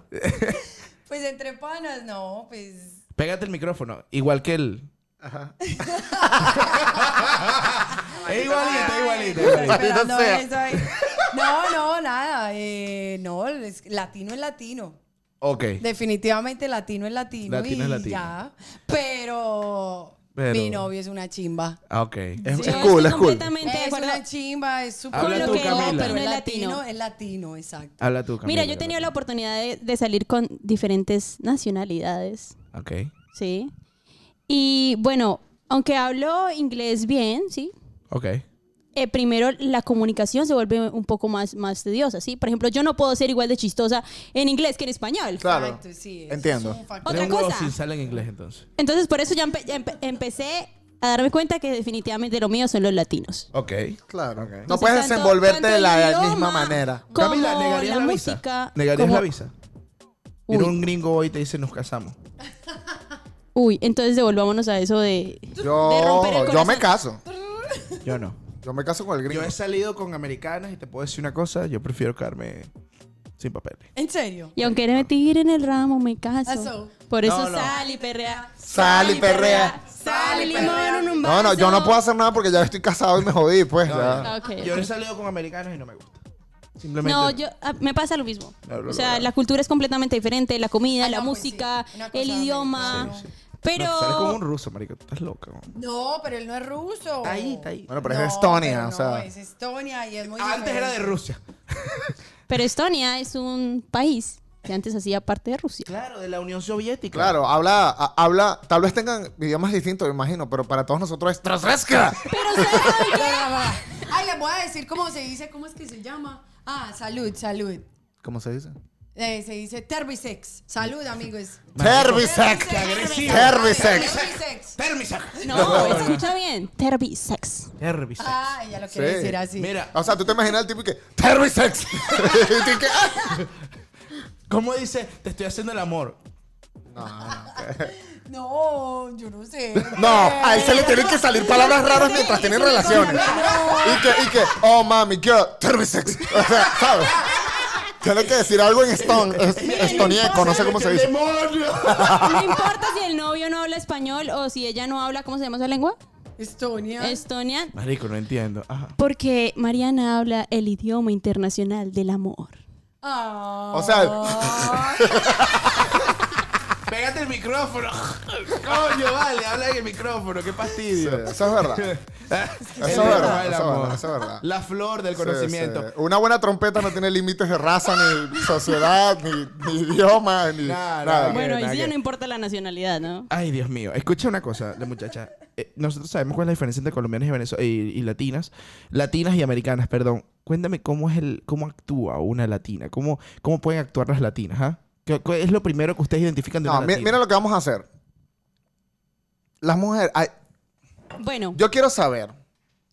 E: pues entre panas, no, pues.
G: Pégate el micrófono, igual que el. (laughs) Ajá. igualito, igualito, igualito.
E: esperando
H: sea.
E: eso ahí. No, no, nada. eh, no, es- latino es latino.
G: Ok.
E: Definitivamente latino es latino.
G: Latino
E: y
G: es latino.
E: Ya. Pero,
G: Pero-
E: Mi novio es una chimba.
G: Ah, ok. Es-
H: Es cool, es cool.
D: completamente de
E: Es
D: acuerdo.
E: una chimba, es súper
G: Habla tú, Camila.
E: pero es latino,
D: Latino.
E: es latino, exacto.
G: Habla tú, Camila.
D: Mira, yo he tenido la oportunidad de, de salir con diferentes nacionalidades,
G: Ok.
D: ¿sí? Y bueno, aunque hablo inglés bien, ¿sí?
G: Ok.
D: eh, primero la comunicación se vuelve un poco más, más tediosa, ¿sí? Por ejemplo, yo no puedo ser igual de chistosa en inglés que en español.
H: Claro.
E: Exacto, sí, eso
H: Entiendo.
E: es un factor.
D: Otra
G: Tengo un huevo
D: cosa.
G: sin sal en inglés, entonces.
D: Entonces, por eso ya empe- ya empe- empecé a darme cuenta que definitivamente lo mío son los latinos.
G: Ok.
H: Claro. No
D: Entonces,
H: puedes
D: tanto-
H: desenvolverte
D: tanto
H: de la
D: idioma
H: misma manera.
D: Como
G: Camila, ¿negarías
D: la,
G: la,
D: música.
G: visa? ¿Negarías
D: como-
G: la visa?
D: Uy.
G: Viene un gringo hoy y te dice nos casamos.
D: Uy, entonces devolvámonos a eso de... de
H: Yo,
D: romper el
H: yo me
D: corazón.
H: caso.
G: Yo no.
H: Yo me caso con el
G: Yo
H: gringo.
G: he salido con americanas y te puedo decir una cosa, yo prefiero quedarme sin papeles.
E: ¿En serio?
D: Y aunque me tire en el ramo, me caso.
E: Eso.
D: Por eso
G: No, no.
D: sal y perrea.
H: Sal y perrea.
D: Sal y limón en un
H: No, no, yo no
D: vaso.
H: puedo hacer nada porque ya estoy casado y me jodí, pues. ya.
D: Ah, ok,
G: Yo
D: ok.
G: he salido con americanas y no me gusta. Simplemente.
D: No, yo, ah, me pasa lo mismo.
G: No, no, no,
D: o sea,
G: no.
D: la cultura es completamente diferente, la comida,
E: Ah,
D: la
E: no, pues sí.
D: música,
E: Una cosa
D: el
E: americana.
D: idioma.
G: Sí, sí.
D: Pero...
G: No, sales con un ruso, marico. Tú estás loca. ¿no?
E: No, pero él no es ruso.
G: Ahí, está ahí.
H: Bueno, pero
E: No,
H: es Estonia,
E: pero
H: o
E: no,
H: sea.
E: es Estonia y es muy
G: Antes era de
E: (laughs) diferente.
G: Rusia.
D: Pero Estonia es un país que antes hacía parte de Rusia.
G: Claro, de la Unión Soviética.
H: Claro, habla, a- habla, tal vez tengan idiomas distintos, me imagino, pero para todos nosotros es Trasresca.
E: Pero ustedes saben qué? Ay, les voy a decir cómo se dice, cómo es que se llama. Ah, salud, salud.
H: ¿Cómo se dice?
E: Eh, se dice Terbisex. Salud, amigos.
H: Terbisex.
E: Terbisex.
H: Terbisex.
E: Terbisex.
G: Termisac.
D: No, se escucha bien. Terbi sex.
G: Termisac.
E: Ah, ella lo quiere
H: Sí.
E: decir así.
G: Mira,
H: O sea, tú te imaginas el tipo que Terbisex. (laughs) Y tú que, "Ah".
G: ¿cómo dice? Te estoy haciendo el amor.
E: No, yo no sé.
H: no, ahí se le tienen que salir palabras raras mientras tienen relaciones. Y que, y que, oh mami, girl, Terbisex. O sea, ¿sabes? Tiene que decir algo en eston, es- estonieco, no sé cómo se dice.
G: ¡Demonio!
D: No importa si el novio no habla español o si ella no habla, ¿cómo se llama esa lengua?
E: Estonia.
D: Estonia.
G: Marico, no entiendo. Ajá.
D: Porque Mariana habla el idioma internacional del amor.
E: Ah.
H: O sea,
E: (laughs)
G: Pégate el micrófono. (laughs) Coño, vale, habla en el micrófono, qué fastidio.
H: eso es
G: (laughs)
H: verdad.
G: Eso
H: es verdad, eso es verdad, eso es verdad.
G: La flor del
H: Sí,
G: conocimiento.
H: sí. Una buena trompeta no tiene límites de raza, ni sociedad, ni, ni idioma, ni
G: Nah,
H: nada.
E: Ah,
G: nah,
D: Bueno,
G: nada
D: ahí sí ya
G: que-
D: no importa la nacionalidad, ¿no?
G: Ay, Dios mío. Escucha una cosa, la muchacha. Eh, nosotros sabemos cuál es la diferencia entre colombianas y, venezol- y, y latinas. Latinas y americanas, perdón. Cuéntame cómo es el, cómo actúa una latina. ¿Cómo, cómo pueden actuar las latinas? ¿ah? ¿Qué, qué es lo primero que ustedes identifican de
H: No,
G: una
H: mi-
G: latina?
H: mira lo que vamos a hacer. Las mujeres, ay,
D: Bueno,
H: yo quiero saber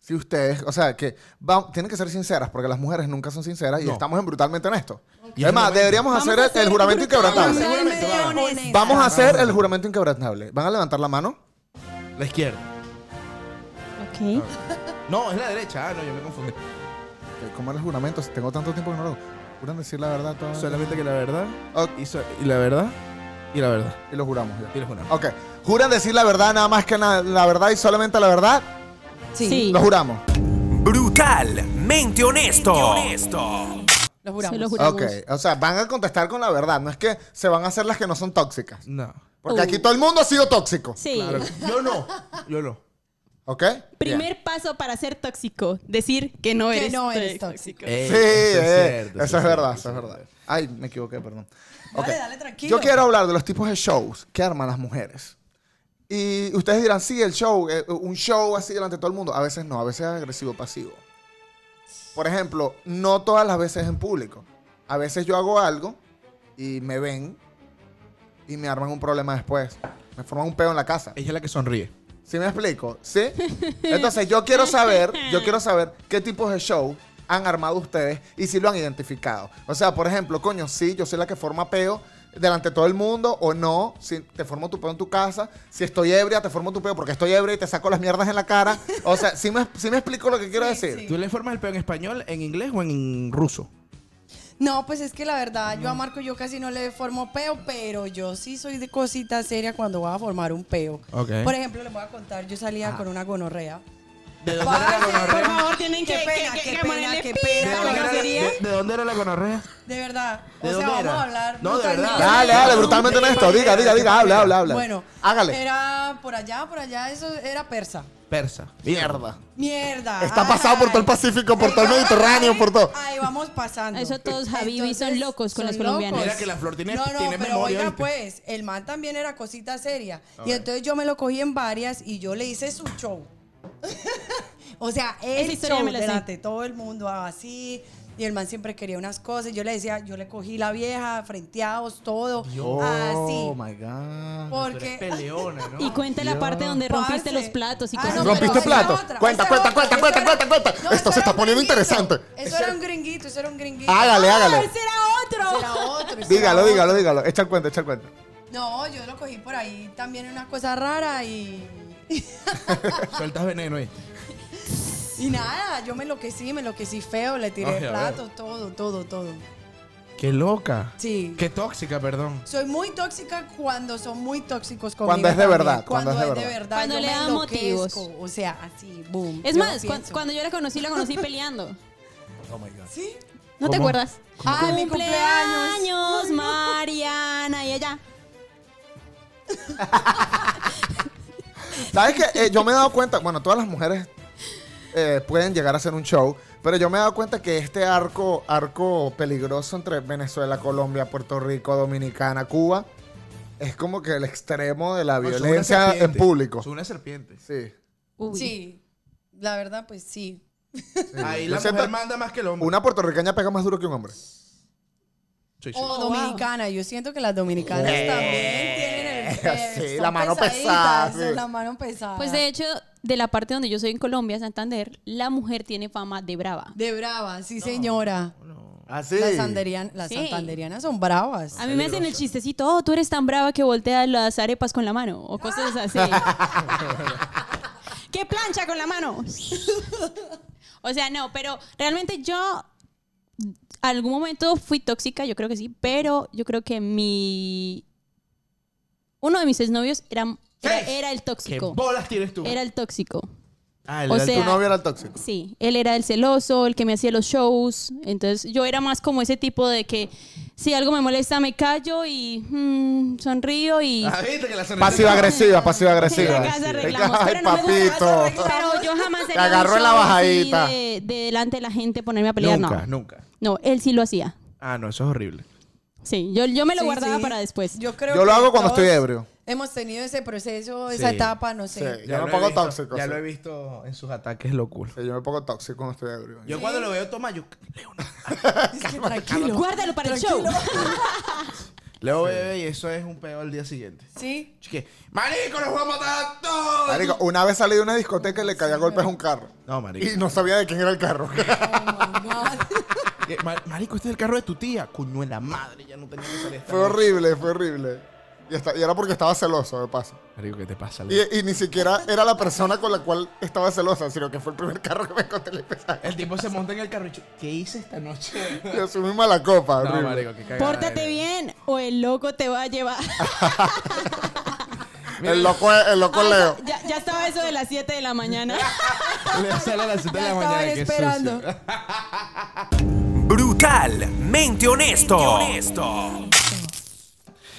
H: si ustedes, o sea, que va- tienen que ser sinceras, porque las mujeres nunca son sinceras y
G: No.
H: estamos en brutalmente honestos.
G: Y es
H: Es más,
G: momento.
H: deberíamos
D: Vamos
H: hacer
D: a
H: el,
D: hacer
H: el juramento
D: brutalmente
H: inquebrantable. Vamos a hacer el juramento inquebrantable. ¿Van a levantar la mano?
G: La izquierda.
D: ok.
G: No, es la derecha. Ah, no, yo me confundí.
H: ¿Cómo era el juramento? Si Tengo tanto tiempo que no lo hago.
C: Juran decir la verdad todas.
G: Solamente que la verdad.
H: Ok.
G: Y, so- y la verdad. Y la verdad.
C: Y lo juramos ya.
G: Y lo juramos.
H: Ok. ¿Juran decir la verdad nada más que na- la verdad y solamente la verdad?
E: Sí,
D: Sí.
H: Lo juramos.
F: Brutalmente honesto.
E: lo juramos.
D: Se lo juramos.
H: Ok. O sea, van a contestar con la verdad. No es que se van a hacer las que no son tóxicas.
G: No.
H: Porque
D: Uh.
H: aquí todo el mundo ha sido tóxico.
D: Sí.
G: Yo no. Yo no.
H: ¿Ok?
D: Primer paso para ser tóxico, decir que no
E: Que
D: eres,
E: no eres
D: tóxico.
H: Sí, eh, eso es verdad, eso es verdad. Ay, me equivoqué, perdón. Ok.
E: Dale, dale, tranquilo.
H: Yo quiero hablar de los tipos de shows que arman las mujeres. Y ustedes dirán, sí, el show, eh, un show así delante de todo el mundo. A veces no, a veces es agresivo, pasivo. Por ejemplo, no todas las veces en público. A veces yo hago algo y me ven y me arman un problema después. Me forman un peo en la casa.
G: Ella es la que sonríe.
H: ¿Sí me explico?
E: (laughs)
H: ¿Sí? Entonces yo quiero saber, yo quiero saber qué tipos de show han armado ustedes y si lo han identificado. O sea, por ejemplo, coño, sí, yo soy la que forma peo delante de todo el mundo o no, si te formo tu peo en tu casa, si estoy ebria, te formo tu peo porque estoy ebria y te saco las mierdas en la cara. O sea, ¿sí me, sí me explico lo que quiero
E: Sí,
H: decir?
E: sí.
G: ¿Tú le informas el peo en español, en inglés o en ruso?
E: No, pues es que la verdad, yo a Marco yo casi no le formo peo, pero yo sí soy de cosita seria cuando voy a formar un peo.
G: Ok.
E: Por ejemplo, les voy a contar, yo salía con una gonorrea.
G: ¿De dónde
E: Vaya,
G: era la
E: por
G: gonorrea?
E: favor, tienen
D: Qué
E: que,
D: pena,
E: pena,
D: qué
E: qué
D: pena,
E: pena,
D: qué
E: qué
D: pena,
E: pena,
G: ¿De dónde era la-
E: conocería.
G: de- de dónde era la gonorrea?
E: De verdad.
G: ¿De
E: o sea,
G: dónde
E: vamos
G: era?
E: a hablar.
G: No, de
E: brutalmente.
G: verdad.
H: Dale, dale, brutalmente honesto. Diga, diga, diga, habla, habla, habla.
E: Bueno,
H: hágale.
E: Era por allá, por allá, eso era persa.
G: Persa.
H: Mierda.
E: Mierda.
H: Está pasado por todo el Pacífico, por todo el Mediterráneo, por todo.
E: Ahí vamos pasando.
D: Eso todos, Habibi, son
E: Entonces,
D: locos con
E: son
D: los colombianos.
G: Mira que la flor tiene-
E: No, no,
G: tiene
E: pero
G: memoria,
E: oiga,
G: ¿oíste?
E: pues, el man también era cosita seria. Y entonces yo me lo cogí en varias y yo le hice su show. (laughs) o sea,
D: Esa
E: el
D: historia
E: show
D: me la sé.
E: delante de todo el mundo así. Y el man siempre quería unas cosas. y Yo le decía, yo le cogí la vieja, frenteados, todo.
H: Oh,
E: así.
H: my God.
E: Ah, Porque.
G: Peleona, ¿no?
D: Y cuenta la parte donde rompiste
E: Parce.
D: los platos y
E: Ah,
D: cosas
E: no,
D: así.
E: pero
H: ¿Rompiste
E: esa era
H: platos?
E: otra,
H: Cuenta,
E: esa era
H: cuenta, cuenta,
E: otra,
H: cuenta,
E: esa era-
H: cuenta, cuenta. Esto
E: eso
H: se
E: era
H: está
E: un
H: poniendo
E: gringuito,
H: interesante.
E: Eso era un gringuito, eso era un gringuito.
H: Hágale, hágale.
E: ese era otro. Ese era otro. ese
H: Dígalo,
E: era
H: dígalo,
E: otro.
H: dígalo. Echa el cuento, echa el cuento.
E: No, yo lo cogí por ahí también en una cosa rara y.
G: Sueltas veneno ahí.
E: y nada, yo me enloquecí, me enloquecí feo, le tiré
G: Ay, a
E: platos, todo, todo, todo.
G: Qué loca.
E: Sí.
G: Qué tóxica, perdón.
E: Soy muy tóxica cuando son muy tóxicos conmigo.
H: Cuando es de
E: también.
H: verdad, cuando
E: Cuando,
H: es de
E: es de
H: verdad.
E: verdad.
D: Cuando
E: yo
D: le
E: me
D: da
E: enloquezco,
D: motivos.
E: O sea, así, boom.
D: Es
E: yo
D: más,
E: lo
D: cuan-
E: pienso.
D: cuando yo la conocí, la
E: (laughs)
D: conocí peleando.
E: ¿Sí?
D: ¿No te
G: ¿Cómo?
D: acuerdas?
E: Ah, mi cumpleaños.
D: Cumpleaños, Mariana y ella.
H: ¿Sabes qué? Eh, yo me he dado cuenta, bueno, todas las mujeres eh, pueden llegar a hacer un show, pero yo me he dado cuenta que este arco, arco peligroso entre Venezuela, Colombia, Puerto Rico, Dominicana, Cuba, es como que el extremo de la
G: No, son una
H: violencia en
G: serpiente.
H: público.
G: Son una serpiente.
H: Sí.
D: Uy.
E: Sí. La verdad, pues sí.
G: Ahí
H: Yo
G: la
H: siento-
G: mujer manda más que el hombre.
H: Una puertorriqueña pega más duro que un hombre.
G: Sí, sí.
E: O
D: Oh, wow.
E: dominicana, yo siento que las dominicanas también tienen el,
H: Eh, sí,
E: son
H: la mano
E: pesaditas,
H: pesada, sí.
E: son La mano pesada.
D: Pues de hecho, de la parte donde yo soy en Colombia, Santander, la mujer tiene fama de brava.
E: De brava, sí señora.
G: Ah,
H: Así.
E: Las, sanderian- las
D: Sí. Ah,
E: santanderianas son bravas.
D: A mí me hacen el chistecito, oh, tú eres tan brava que volteas las arepas con la mano
G: (laughs)
D: o cosas así. ¿Qué plancha con la mano? (laughs) o sea, no, pero realmente yo algún momento fui tóxica, yo creo que sí, pero yo creo que mi uno de mis exnovios era era, era el
G: ¿Qué
D: tóxico.
G: bolas tienes tú?
D: Era el tóxico.
G: ah, el
D: o
G: del-
D: sea-
H: Tu novio era el tóxico.
D: Sí, él era el celoso, el que me hacía los shows. Entonces yo era más como ese tipo de que si algo me molesta me callo y mm, sonrío y...
G: Ah, viste que la sonrisa-
H: Pasiva agresiva,
D: (laughs)
H: pasiva
D: En
H: agresiva.
D: la casa arreglamos,
H: Ay,
D: pero no me gusta la casa
H: papito.
D: Pero yo jamás
H: Te
D: haría un
H: agarró en la
D: show así
H: bajadita.
D: De, de delante de la gente ponerme a pelear,
G: Nunca,
D: no.
G: nunca.
D: No, él sí lo hacía.
G: Ah, no, eso es horrible.
D: Sí, yo, yo me lo
E: Sí,
D: guardaba
E: sí.
D: para después.
E: Yo creo
H: Yo lo
E: que
H: hago cuando
E: todos
H: estoy ebrio.
E: Hemos tenido ese proceso, esa
G: Sí.
E: etapa, no sé.
H: Sí.
G: Ya
H: Yo
G: lo
H: me
G: he
H: pongo
G: visto-
H: tóxico,
G: Ya
H: sí.
G: lo he visto en sus ataques locos.
H: Sí, yo me pongo tóxico cuando estoy ebrio.
G: Yo cuando lo veo toma, yo leo,
H: (laughs)
E: Es que tranquilo.
D: Guárdalo para el show.
G: leo bebé y eso es un peor al día siguiente.
H: (laughs)
E: Sí.
G: Chique, marico, los voy a matar a todos.
H: Marico, una vez salí de una discoteca y le caí a golpes a un carro.
G: No, marico.
H: Y no sabía de quién era el carro.
G: Eh, ma- Marico, este es el carro de tu tía. Coño de la madre, ya no tenía que salir. esta
H: fue
G: noche.
H: horrible, fue horrible.
J: Y, esta- y era porque estaba celoso, de paso.
G: Marico, ¿qué te pasa? Leo?
J: Y, y ni siquiera era la persona con la cual estaba celosa, sino que fue el primer carro que me encontré en el pesaje.
G: El tipo se monta en el carro y dice, ¿qué hice esta noche?
J: Yo soy muy mala copa,
G: no,
J: horrible.
G: marico, qué cagada.
D: Pórtate
G: eres.
D: bien o el loco te va a
H: (laughs)
D: llevar.
J: El loco, el loco
D: Ah,
J: Leo.
D: Ya, ya estaba eso de las 7 de la
H: (laughs)
D: mañana.
G: Le sale a las 7 de
E: Ya
G: la
E: estaba
G: mañana.
E: ahí
G: qué
E: esperando.
G: sucio.
F: Brutalmente honesto.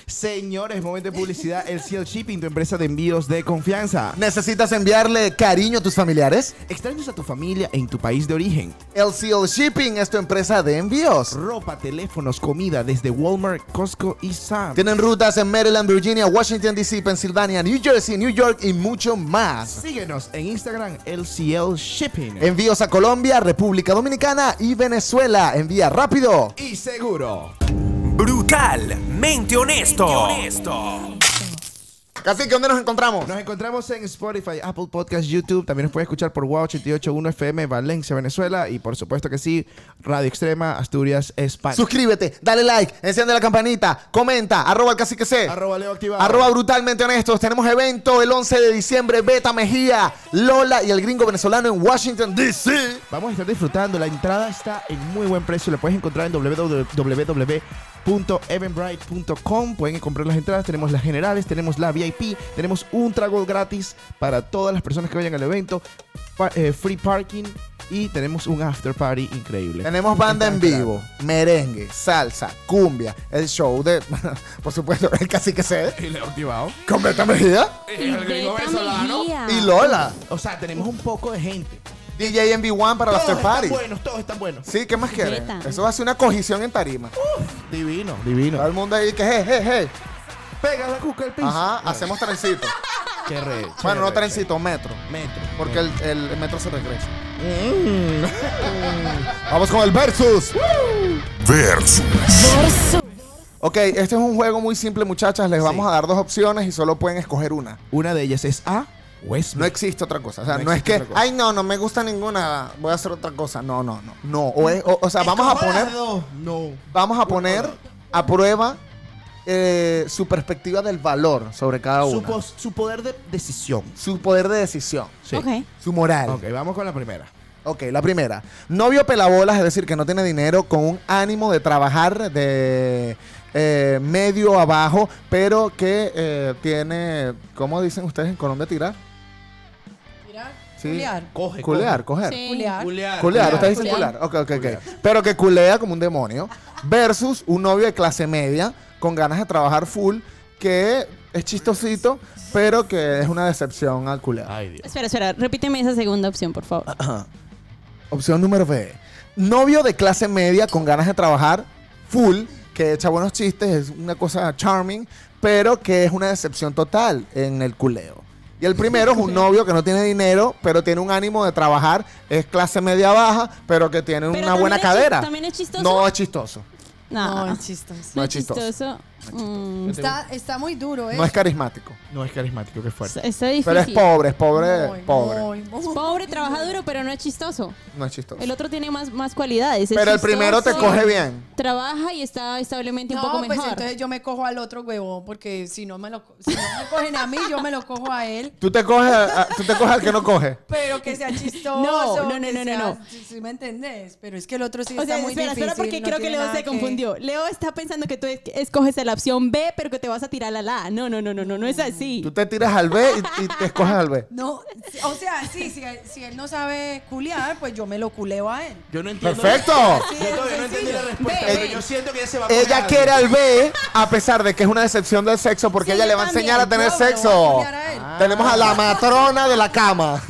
G: Señores, momento de publicidad. El Ciel Shipping, tu empresa de envíos de confianza.
H: ¿Necesitas enviarle cariño a tus familiares?
G: Extraños a tu familia en tu país de origen.
H: LCL Shipping es tu empresa de envíos.
G: Ropa, teléfonos, comida desde Walmart, Costco y Sam.
H: Tienen rutas en Maryland, Virginia, Washington, D.C., Pensilvania, New Jersey, New York y mucho más.
G: Síguenos en Instagram, LCL Shipping.
H: Envíos a Colombia, República Dominicana y Venezuela. Envía rápido.
G: y seguro.
F: Brutalmente honesto.
J: Casi que ¿dónde nos encontramos?
G: Nos encontramos en Spotify, Apple Podcast, YouTube. También nos puede escuchar por Wow 881 FM, Valencia, Venezuela. Y por supuesto que sí, Radio Extrema, Asturias, España.
H: Suscríbete, dale like, enciende la campanita, comenta, arroba el cacique C.
G: Arroba Leo Activado.
H: Arroba brutalmente honestos. Tenemos evento el 11 de diciembre. Beta Mejía, Lola y el gringo venezolano en Washington, D.C.
G: Vamos a estar disfrutando. La entrada está en muy buen precio. La puedes encontrar en www.eventbrite.com. Pueden comprar las entradas. Tenemos las generales, tenemos la VIP, tenemos un trago gratis para todas las personas que vayan al evento, pa- eh, free parking y tenemos un after party increíble.
H: Tenemos banda en
G: Entradas
H: vivo, merengue, salsa, cumbia, el show de, (laughs) por supuesto, el cacique C.
G: gratis. Y Leo Activado.
H: Con Beta Mejía
D: El gringo Mejía.
H: y Lola.
G: O sea, tenemos un poco de gente.
H: DJ MB1 para
G: Todos
H: la after
G: están
H: party.
G: buenos, todos están buenos.
H: Sí, ¿qué más quieres?
D: Beta.
H: Eso va a ser una cogición en tarima.
G: Divino,
H: Todo
G: divino.
H: el mundo ahí que, hey, hey, hey.
G: Pega la cuca al piso.
H: Ajá, hacemos trencito.
G: Qué re-
H: Bueno, no
G: qué re-
H: trencito, metro.
G: Metro.
H: Porque el, el metro se regresa. Mm. (laughs)
J: Vamos con el versus.
A: Versus.
H: Ok, este es un juego muy simple, muchachas. Les vamos a dar dos opciones y solo pueden escoger una.
G: Una de ellas es A o es B.
H: No existe otra cosa. O sea,
G: No
H: no, es
G: existe
H: que,
G: otra cosa.
H: ay, no, no me gusta ninguna. Voy a hacer otra cosa. No, no, no. No. O, es- o- o sea, Ah, vamos a
G: Escojo
H: poner.
G: las dos. No.
H: Vamos a poner a prueba eh, su perspectiva del valor sobre cada
G: Su,
H: uno. Su,
G: pos- su poder de decisión.
H: poder de decisión.
G: Sí.
D: Ok.
H: Su moral.
G: Ok, vamos con la primera.
H: Ok, la primera. Novio pelabolas, es decir, que no tiene dinero, con un ánimo de trabajar de eh, medio abajo, pero que eh, tiene, ¿cómo dicen ustedes en Colombia tirar?
E: Mira,
H: Sí.
E: Juliar.
G: Coge.
H: Culear, coger.
D: Sí.
E: Juliar.
G: Culear.
H: Culear, ustedes dicen
D: Culear.
H: culear. Ok, ok, ok. Pero que culea como un demonio. Versus un novio de clase media con ganas de trabajar full, que es chistosito, pero que es una decepción al culear.
G: Ay, Dios.
D: Espera, espera. Repíteme esa segunda opción, por
H: Ah,
D: favor.
H: Opción número B. Novio de clase media con ganas de trabajar full, que echa buenos chistes, es una cosa charming, pero que es una decepción total en el culeo. Y el primero
D: (laughs)
H: es un novio que no tiene dinero, pero tiene un ánimo de trabajar, es clase media baja, pero que tiene
D: Pero
H: una
D: también
H: buena
D: es chi-
H: cadera.
D: también es chistoso.
H: No es chistoso.
D: No,
E: No,
D: no,
E: es chistoso.
H: no
D: es
H: es chistoso.
D: chistoso. Mm,
E: Está, está muy duro, ¿eh?
D: Pues,
H: No es carismático.
G: No es carismático, qué fuerte.
D: está
H: Pero es
D: difícil.
H: pobre, es pobre,
E: Muy,
H: pobre.
E: muy, muy.
D: Pobre, trabaja duro, pero no es chistoso.
H: No es chistoso.
D: El otro tiene más, más cualidades. es
H: Pero el primero te
D: chistoso,
H: coge bien.
D: Trabaja y está establemente un
E: No,
D: poco
E: pues
D: mejor.
E: entonces yo me cojo al otro huevón, porque si no me lo co- si no me cogen a mí, yo me lo cojo a él.
H: Tú te coges, a- a- tú te coges al que no coge.
E: Pero que sea chistoso.
D: (laughs) No, no, no,
E: que
D: no, no,
E: sea-
D: no.
E: Sí, sí me entendés, pero es que el otro sí
D: O
E: está
D: sea,
E: muy
D: espera,
E: difícil.
D: espera, porque
E: no
D: creo que
E: tiene
D: Leo
E: nada
D: se
E: que-
D: confundió. Leo está pensando que tú es- escoges la opción B, pero que te vas a tirar la la. No, no, no, no, no, no es así.
H: Tú te tiras al B y, y te escoges al B.
E: No, o sea, sí, si, si él no sabe culear, pues yo me lo culeo a él.
G: Yo no entiendo.
H: Perfecto.
G: Yo todavía no entendí la respuesta,
D: Ve,
G: pero
D: ve.
G: yo siento que ella se va a coger
H: Ella
G: a
H: quiere
G: alguien.
H: al B a pesar de que es una decepción del sexo porque
D: Sí,
H: ella le va a
D: también.
H: enseñar a tener
E: No, pero voy a
H: sexo.
E: culear a él.
H: Ah. Tenemos a la matrona de la cama,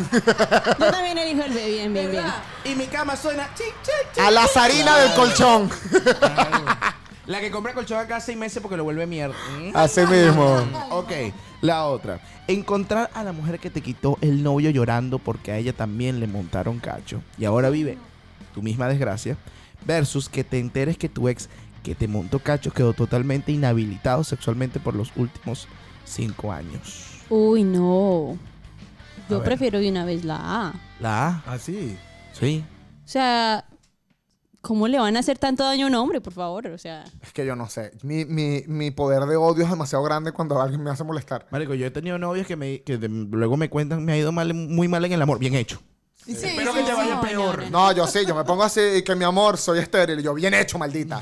D: Yo también elijo el B, bien, bien, bien.
E: ¿Verdad?
G: Y mi cama suena. chic, chic, chic.
H: a la zarina del colchón.
G: La que compra colchón cada seis meses porque lo vuelve (laughs) mierda. Mm.
H: Así mismo.
G: Ok, la otra. Encontrar a la mujer que te quitó el novio llorando porque a ella también le montaron cacho y ahora vive tu misma desgracia. Versus que te enteres que tu ex que te montó cacho quedó totalmente inhabilitado sexualmente por los últimos cinco años.
D: Uy, no.
G: A
D: Yo
G: ver. Ah,
D: prefiero de una vez la A.
G: La A.
J: Así.
G: Sí.
D: O sea, ¿Cómo le van a hacer tanto daño a un hombre, por favor? O sea,
H: Es que yo no sé. Mi, mi, mi poder de odio es demasiado grande cuando alguien me hace molestar.
G: Marico, yo he tenido novias que, me, que de- luego me cuentan, me ha ido mal, muy mal en el amor. Bien hecho.
E: Sí,
G: Espero que te vaya peor.
H: No, yo sí, yo me pongo así y que mi amor, soy estéril. Y yo, bien hecho, maldita.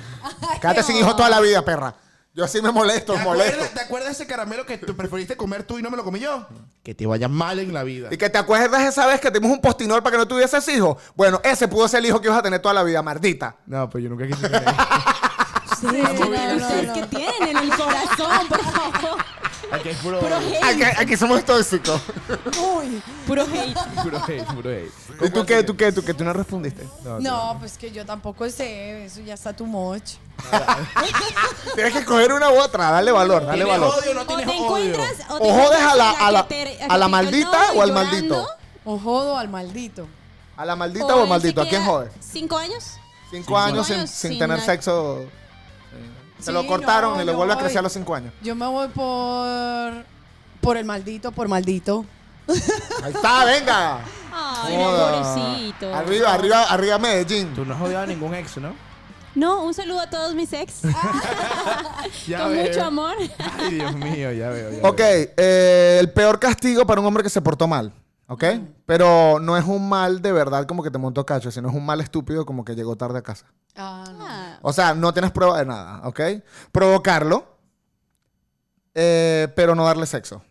H: Quédate
E: qué
H: sin hijos toda la vida, perra. Yo sí me molesto,
G: ¿Te
H: molesto.
G: acuerdas, ¿Te acuerdas ese caramelo que tú preferiste comer tú y no me lo comí yo? Que te vaya mal en la vida.
H: Y que te acuerdas esa vez que dimos un postinor para que no tuvieses hijos. Bueno, ese pudo ser el hijo que ibas a tener toda la vida, maldita.
G: No, pues yo nunca (laughs) quise comer. Ah,
D: ustedes, ¿ustedes qué tienen en el corazón, por favor?
G: Aquí es puro,
D: Puro
H: Aquí,
D: hate,
H: aquí somos tóxicos.
D: puro hate.
G: puro hate, puro hate.
H: ¿Y tú qué? ¿Tú qué? ¿Tú qué? ¿Tú no respondiste?
E: No, pues que yo tampoco sé, eso ya está too much.
H: Tienes que escoger una u otra. Dale valor, dale
G: ¿Tienes
H: valor.
G: odio o no
D: O
G: tienes
D: te
G: odio?
D: encuentras... O, te
H: O jodes a la,
D: encuentras
H: a la,
D: que te-
H: a la
D: que te quitó el
H: maldita o al
D: novio
H: maldito.
D: llorando,
E: O jodo al maldito.
H: A la maldita o al
D: él
H: maldito.
D: se
H: ¿A quién
D: queda
H: jodes?
D: ¿Cinco años?
H: Cinco años sin,
D: años
H: sin
D: sin
H: tener
D: nada.
H: sexo. Se lo
E: Sí,
H: cortaron
E: no,
H: y le
E: yo
H: vuelve a
E: voy.
H: crecer a los cinco años.
E: Yo me voy por. por el maldito, por maldito.
H: Ahí está, venga.
D: Ay,
H: Joda.
D: pobrecito.
H: Arriba, arriba, arriba Medellín.
G: Tú no has odiado a ningún ex, ¿no?
D: No, un saludo a todos mis
H: (laughs)
D: ex.
G: Ya
D: Con
G: veo.
D: mucho amor.
G: Ay, Dios mío, ya veo. ya
H: Ok,
G: veo.
H: eh, el peor castigo para un hombre que se portó mal, ¿ok? Pero no es un mal de verdad como que te montó cacho, sino es un mal estúpido como que llegó tarde a casa.
E: Ah, no.
D: Ah,
H: O sea, no tienes prueba de nada, ¿ok? Provocarlo, eh, pero no darle sexo.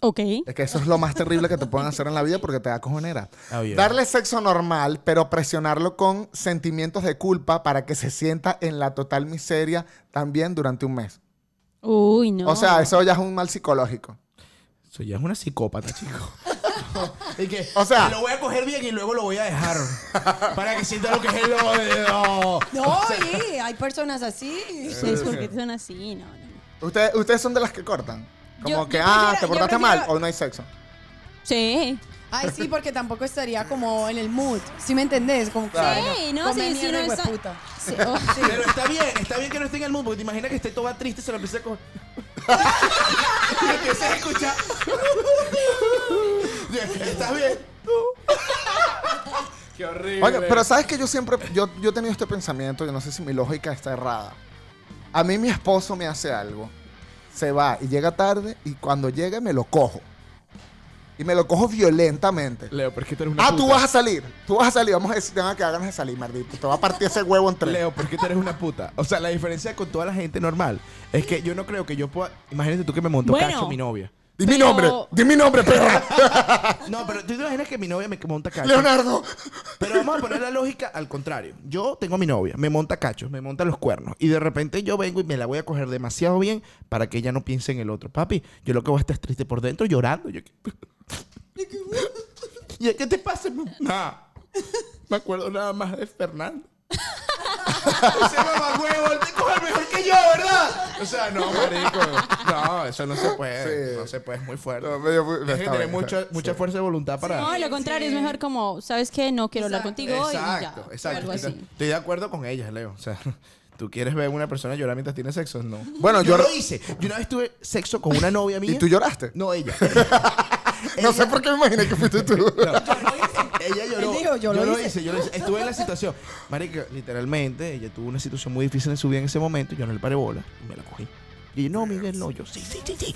D: ok.
H: Es que eso es lo más terrible que te pueden hacer en la vida porque te da cojonera.
G: Ah, bien.
H: Darle sexo normal, pero presionarlo con sentimientos de culpa para que se sienta en la total miseria también durante un mes.
D: Uy, no.
H: O sea, eso ya es un mal psicológico.
G: Eso ya es una psicópata, chico. (laughs) Y que,
H: O sea-
G: lo voy a coger bien y luego lo voy a dejar. para que sienta lo que es el odio.
E: No, y
H: (laughs)
E: hay personas así.
H: Eh.
D: Ustedes, ¿por qué son así? No, no. no.
H: Ustedes, ustedes son de las que cortan. Como
D: Yo-
H: que,
D: yo
H: ah,
D: prefiero-
H: te
D: yo
H: portaste
D: prefiero-
H: mal, hoy no hay sexo.
D: Sí.
E: Ay, sí, porque tampoco estaría como en el mood. ¿Sí me entendés? Como que,
D: Sí, no,
E: come
D: sí, sí,
E: mierda,
D: no está-
E: hijueputa.
H: (laughs)
D: Sí, oh, sí.
G: Pero está bien, está bien que no esté en el mundo, porque te imaginas que esté toda triste y se lo empiece a coger. (laughs) y lo empieces a escuchar. (laughs) ¿Estás bien? Qué horrible.
H: Oye, pero sabes que yo siempre, yo, yo he tenido este pensamiento, yo no sé si mi lógica está errada. A mí mi esposo me hace algo, se va y llega tarde y cuando llegue me lo cojo. Y me lo cojo violentamente.
G: Leo, ¿por qué tú eres una
H: (laughs) Ah,
G: puta?
H: tú vas a salir, tú vas a salir, vamos a decir, tenga que ganas de salir, maldito. Te va a partir ese huevo en tres.
G: Leo, ¿por qué tú eres una puta? O sea, la diferencia con toda la gente normal es que yo no creo que yo pueda. Imagínate tú que me montó
D: Bueno.
G: cacho mi novia.
H: Di mi
D: Pero-
H: nombre, di mi nombre, perra.
G: (laughs) No, pero tú te imaginas que mi novia me monta cacho.
H: Leonardo.
G: Pero vamos a poner la lógica al contrario. Yo tengo a mi novia, me monta cachos, me monta los cuernos. Y de repente yo vengo y me la voy a coger demasiado bien para que ella no piense en el otro. Papi, yo lo que voy a estar es triste por dentro llorando.
H: (laughs)
G: Yo... (laughs) ¿Y qué te pasa?
H: (laughs)
G: mamá? Nada. Me acuerdo nada más de Fernando. (laughs) Ese mamagüevo, él te coge mejor que yo, ¿verdad? O sea, no,
H: (laughs)
G: marico. No, eso no se puede.
H: Sí.
G: No se puede, es muy fuerte.
H: No, pero yo fui-
G: Tienes que
H: está
G: tener
H: bien,
G: mucha, mucha fuerza de voluntad para...
D: No, lo contrario, es mejor como, ¿sabes qué? No quiero hablar contigo hoy y ya.
G: Exacto,
D: o
G: exacto.
D: Algo
G: Estoy-
D: así.
G: Estoy de acuerdo con ella, Leo. O sea, (laughs) ¿tú quieres ver a una persona llorar mientras tiene sexo? No.
H: Bueno,
G: yo,
H: yo-
G: lo hice. Yo una vez tuve sexo con una novia mía.
H: (laughs) ¿Y tú lloraste?
G: No, ella.
H: (laughs) No sé por qué me imaginé que
G: (laughs)
H: fuiste tú.
G: Ella lloró.
E: Él dijo, yo lo hice.
G: yo lo hice. Estuve en la situación. Marica, literalmente, ella tuvo una situación muy difícil en su vida en ese momento. Yo no le paré bola y me la cogí. Y yo, no, Miguel, no. Yo, sí, sí, sí, sí.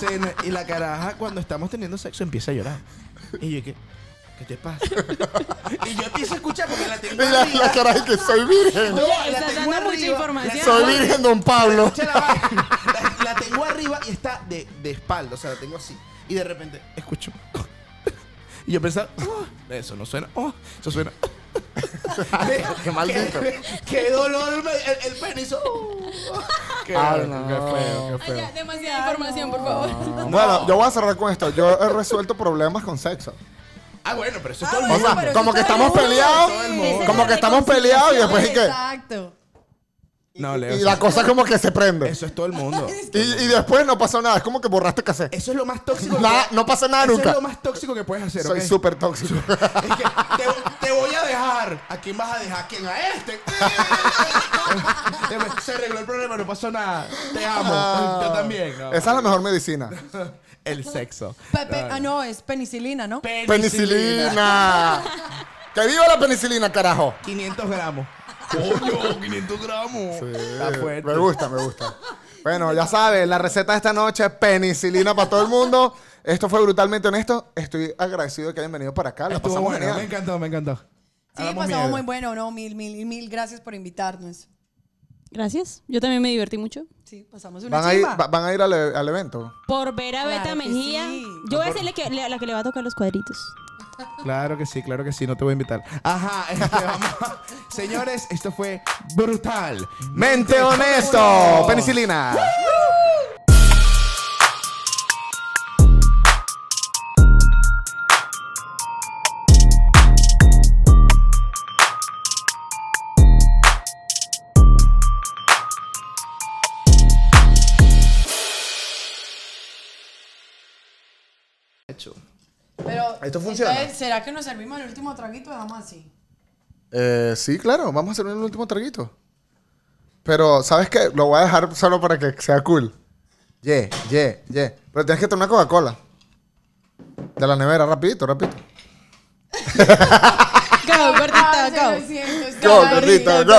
G: Se- y la caraja, cuando estamos teniendo sexo, empieza a llorar. Y yo, ¿qué? ¿Qué te pasa? (laughs) y yo empiezo a escuchar porque la tengo
H: Mira
G: arriba.
H: la cara de que soy virgen.
G: No, la
D: estás
G: tengo
D: dando mucha
G: arriba,
D: información.
H: Soy virgen, don Pablo.
G: Escucha la vaina. La, la tengo arriba y está de, de espalda, o sea, la tengo así. Y de repente, escucho. (laughs) Y yo pensaba, "Oh, eso no suena, oh, eso suena.
H: (laughs) Qué
G: (laughs)
H: maldito.
G: Qué, qué dolor me- el, el pene hizo. "Oh". Qué,
H: Ah,
G: horror,
H: no.
G: qué feo, qué
D: Ay,
G: feo.
D: ya, demasiada información, por favor.
H: Bueno, yo voy a cerrar con esto. Yo he resuelto problemas con sexo.
G: Ah, bueno, pero eso
E: Ah,
G: es todo el
H: O
E: bueno,
G: mundo.
H: sea,
E: pero
H: como
E: eso
H: que
E: está
H: estamos
E: bien.
H: peleados,
D: (laughs)
E: Sí.
D: Esa es
H: como
D: la
H: que estamos peleados y después es que...
E: Exacto.
G: No, Leo,
H: Y la cosa como que se prende.
G: eso es todo el mundo.
H: Y, y después no pasó nada. Es como que borraste cassette.
G: Eso es lo más tóxico. que-
H: Nada, no pasa nada
G: eso
H: nunca.
G: es lo más tóxico que puedes hacer,
H: Soy
G: ¿ok?
H: súper tóxico.
G: (laughs) Es que te, te voy a dejar. ¿A quién vas a dejar? ¿A quién? ¿A (laughs) este? Se arregló el problema, no pasó nada. Te amo. Yo también. no.
H: Esa es la mejor medicina.
G: Ah. El sexo.
E: Pepe, ah, no, es penicilina, ¿no?
H: Penicilina. ¡Que viva la penicilina, carajo!
G: 500 gramos. Coño, 500 gramos. Está fuerte.
H: Me gusta, me gusta. Bueno, ya sabes, la receta de esta noche es penicilina para todo el mundo. Esto fue brutalmente honesto. Estoy agradecido de que hayan venido para acá. La
G: Estuvo
H: pasamos
G: bueno, me
H: genial.
G: encantó, me encantó.
E: Sí,
G: Hagamos
E: pasamos
G: miedo.
E: muy bueno, no, mil, mil, mil gracias por invitarnos.
D: Gracias. Yo también me divertí mucho.
E: Sí, pasamos una
H: Van a ir,
E: chimba.
H: va- van a ir al, e- al evento.
D: Por ver a
E: Claro
D: Beta
E: que
D: Mejía.
E: sí.
D: Yo voy a ser la que, la- la que le va a tocar los cuadritos.
H: (laughs)
G: Claro que sí, claro que sí, no te voy a invitar. Ajá, (laughs) este, vamos. Señores, esto fue brutal.
H: ¡Mente honesto! ¡Penicilina!
E: Pero,
H: Esto funciona.
E: entonces, ¿será que nos servimos el último traguito? Dejamos así.
H: Eh, sí, claro. Vamos a hacer un último traguito. Pero, ¿sabes qué? Lo voy a dejar solo para que sea cool. Yeah, yeah, yeah. Pero tienes que tomar una Coca-Cola. De la nevera, rapidito, rapidito.
D: Go, gordita,
E: Ah,
D: go.
E: sí, Ah, lo siento, es que
H: Go,
E: ahorita-
H: gordito, go.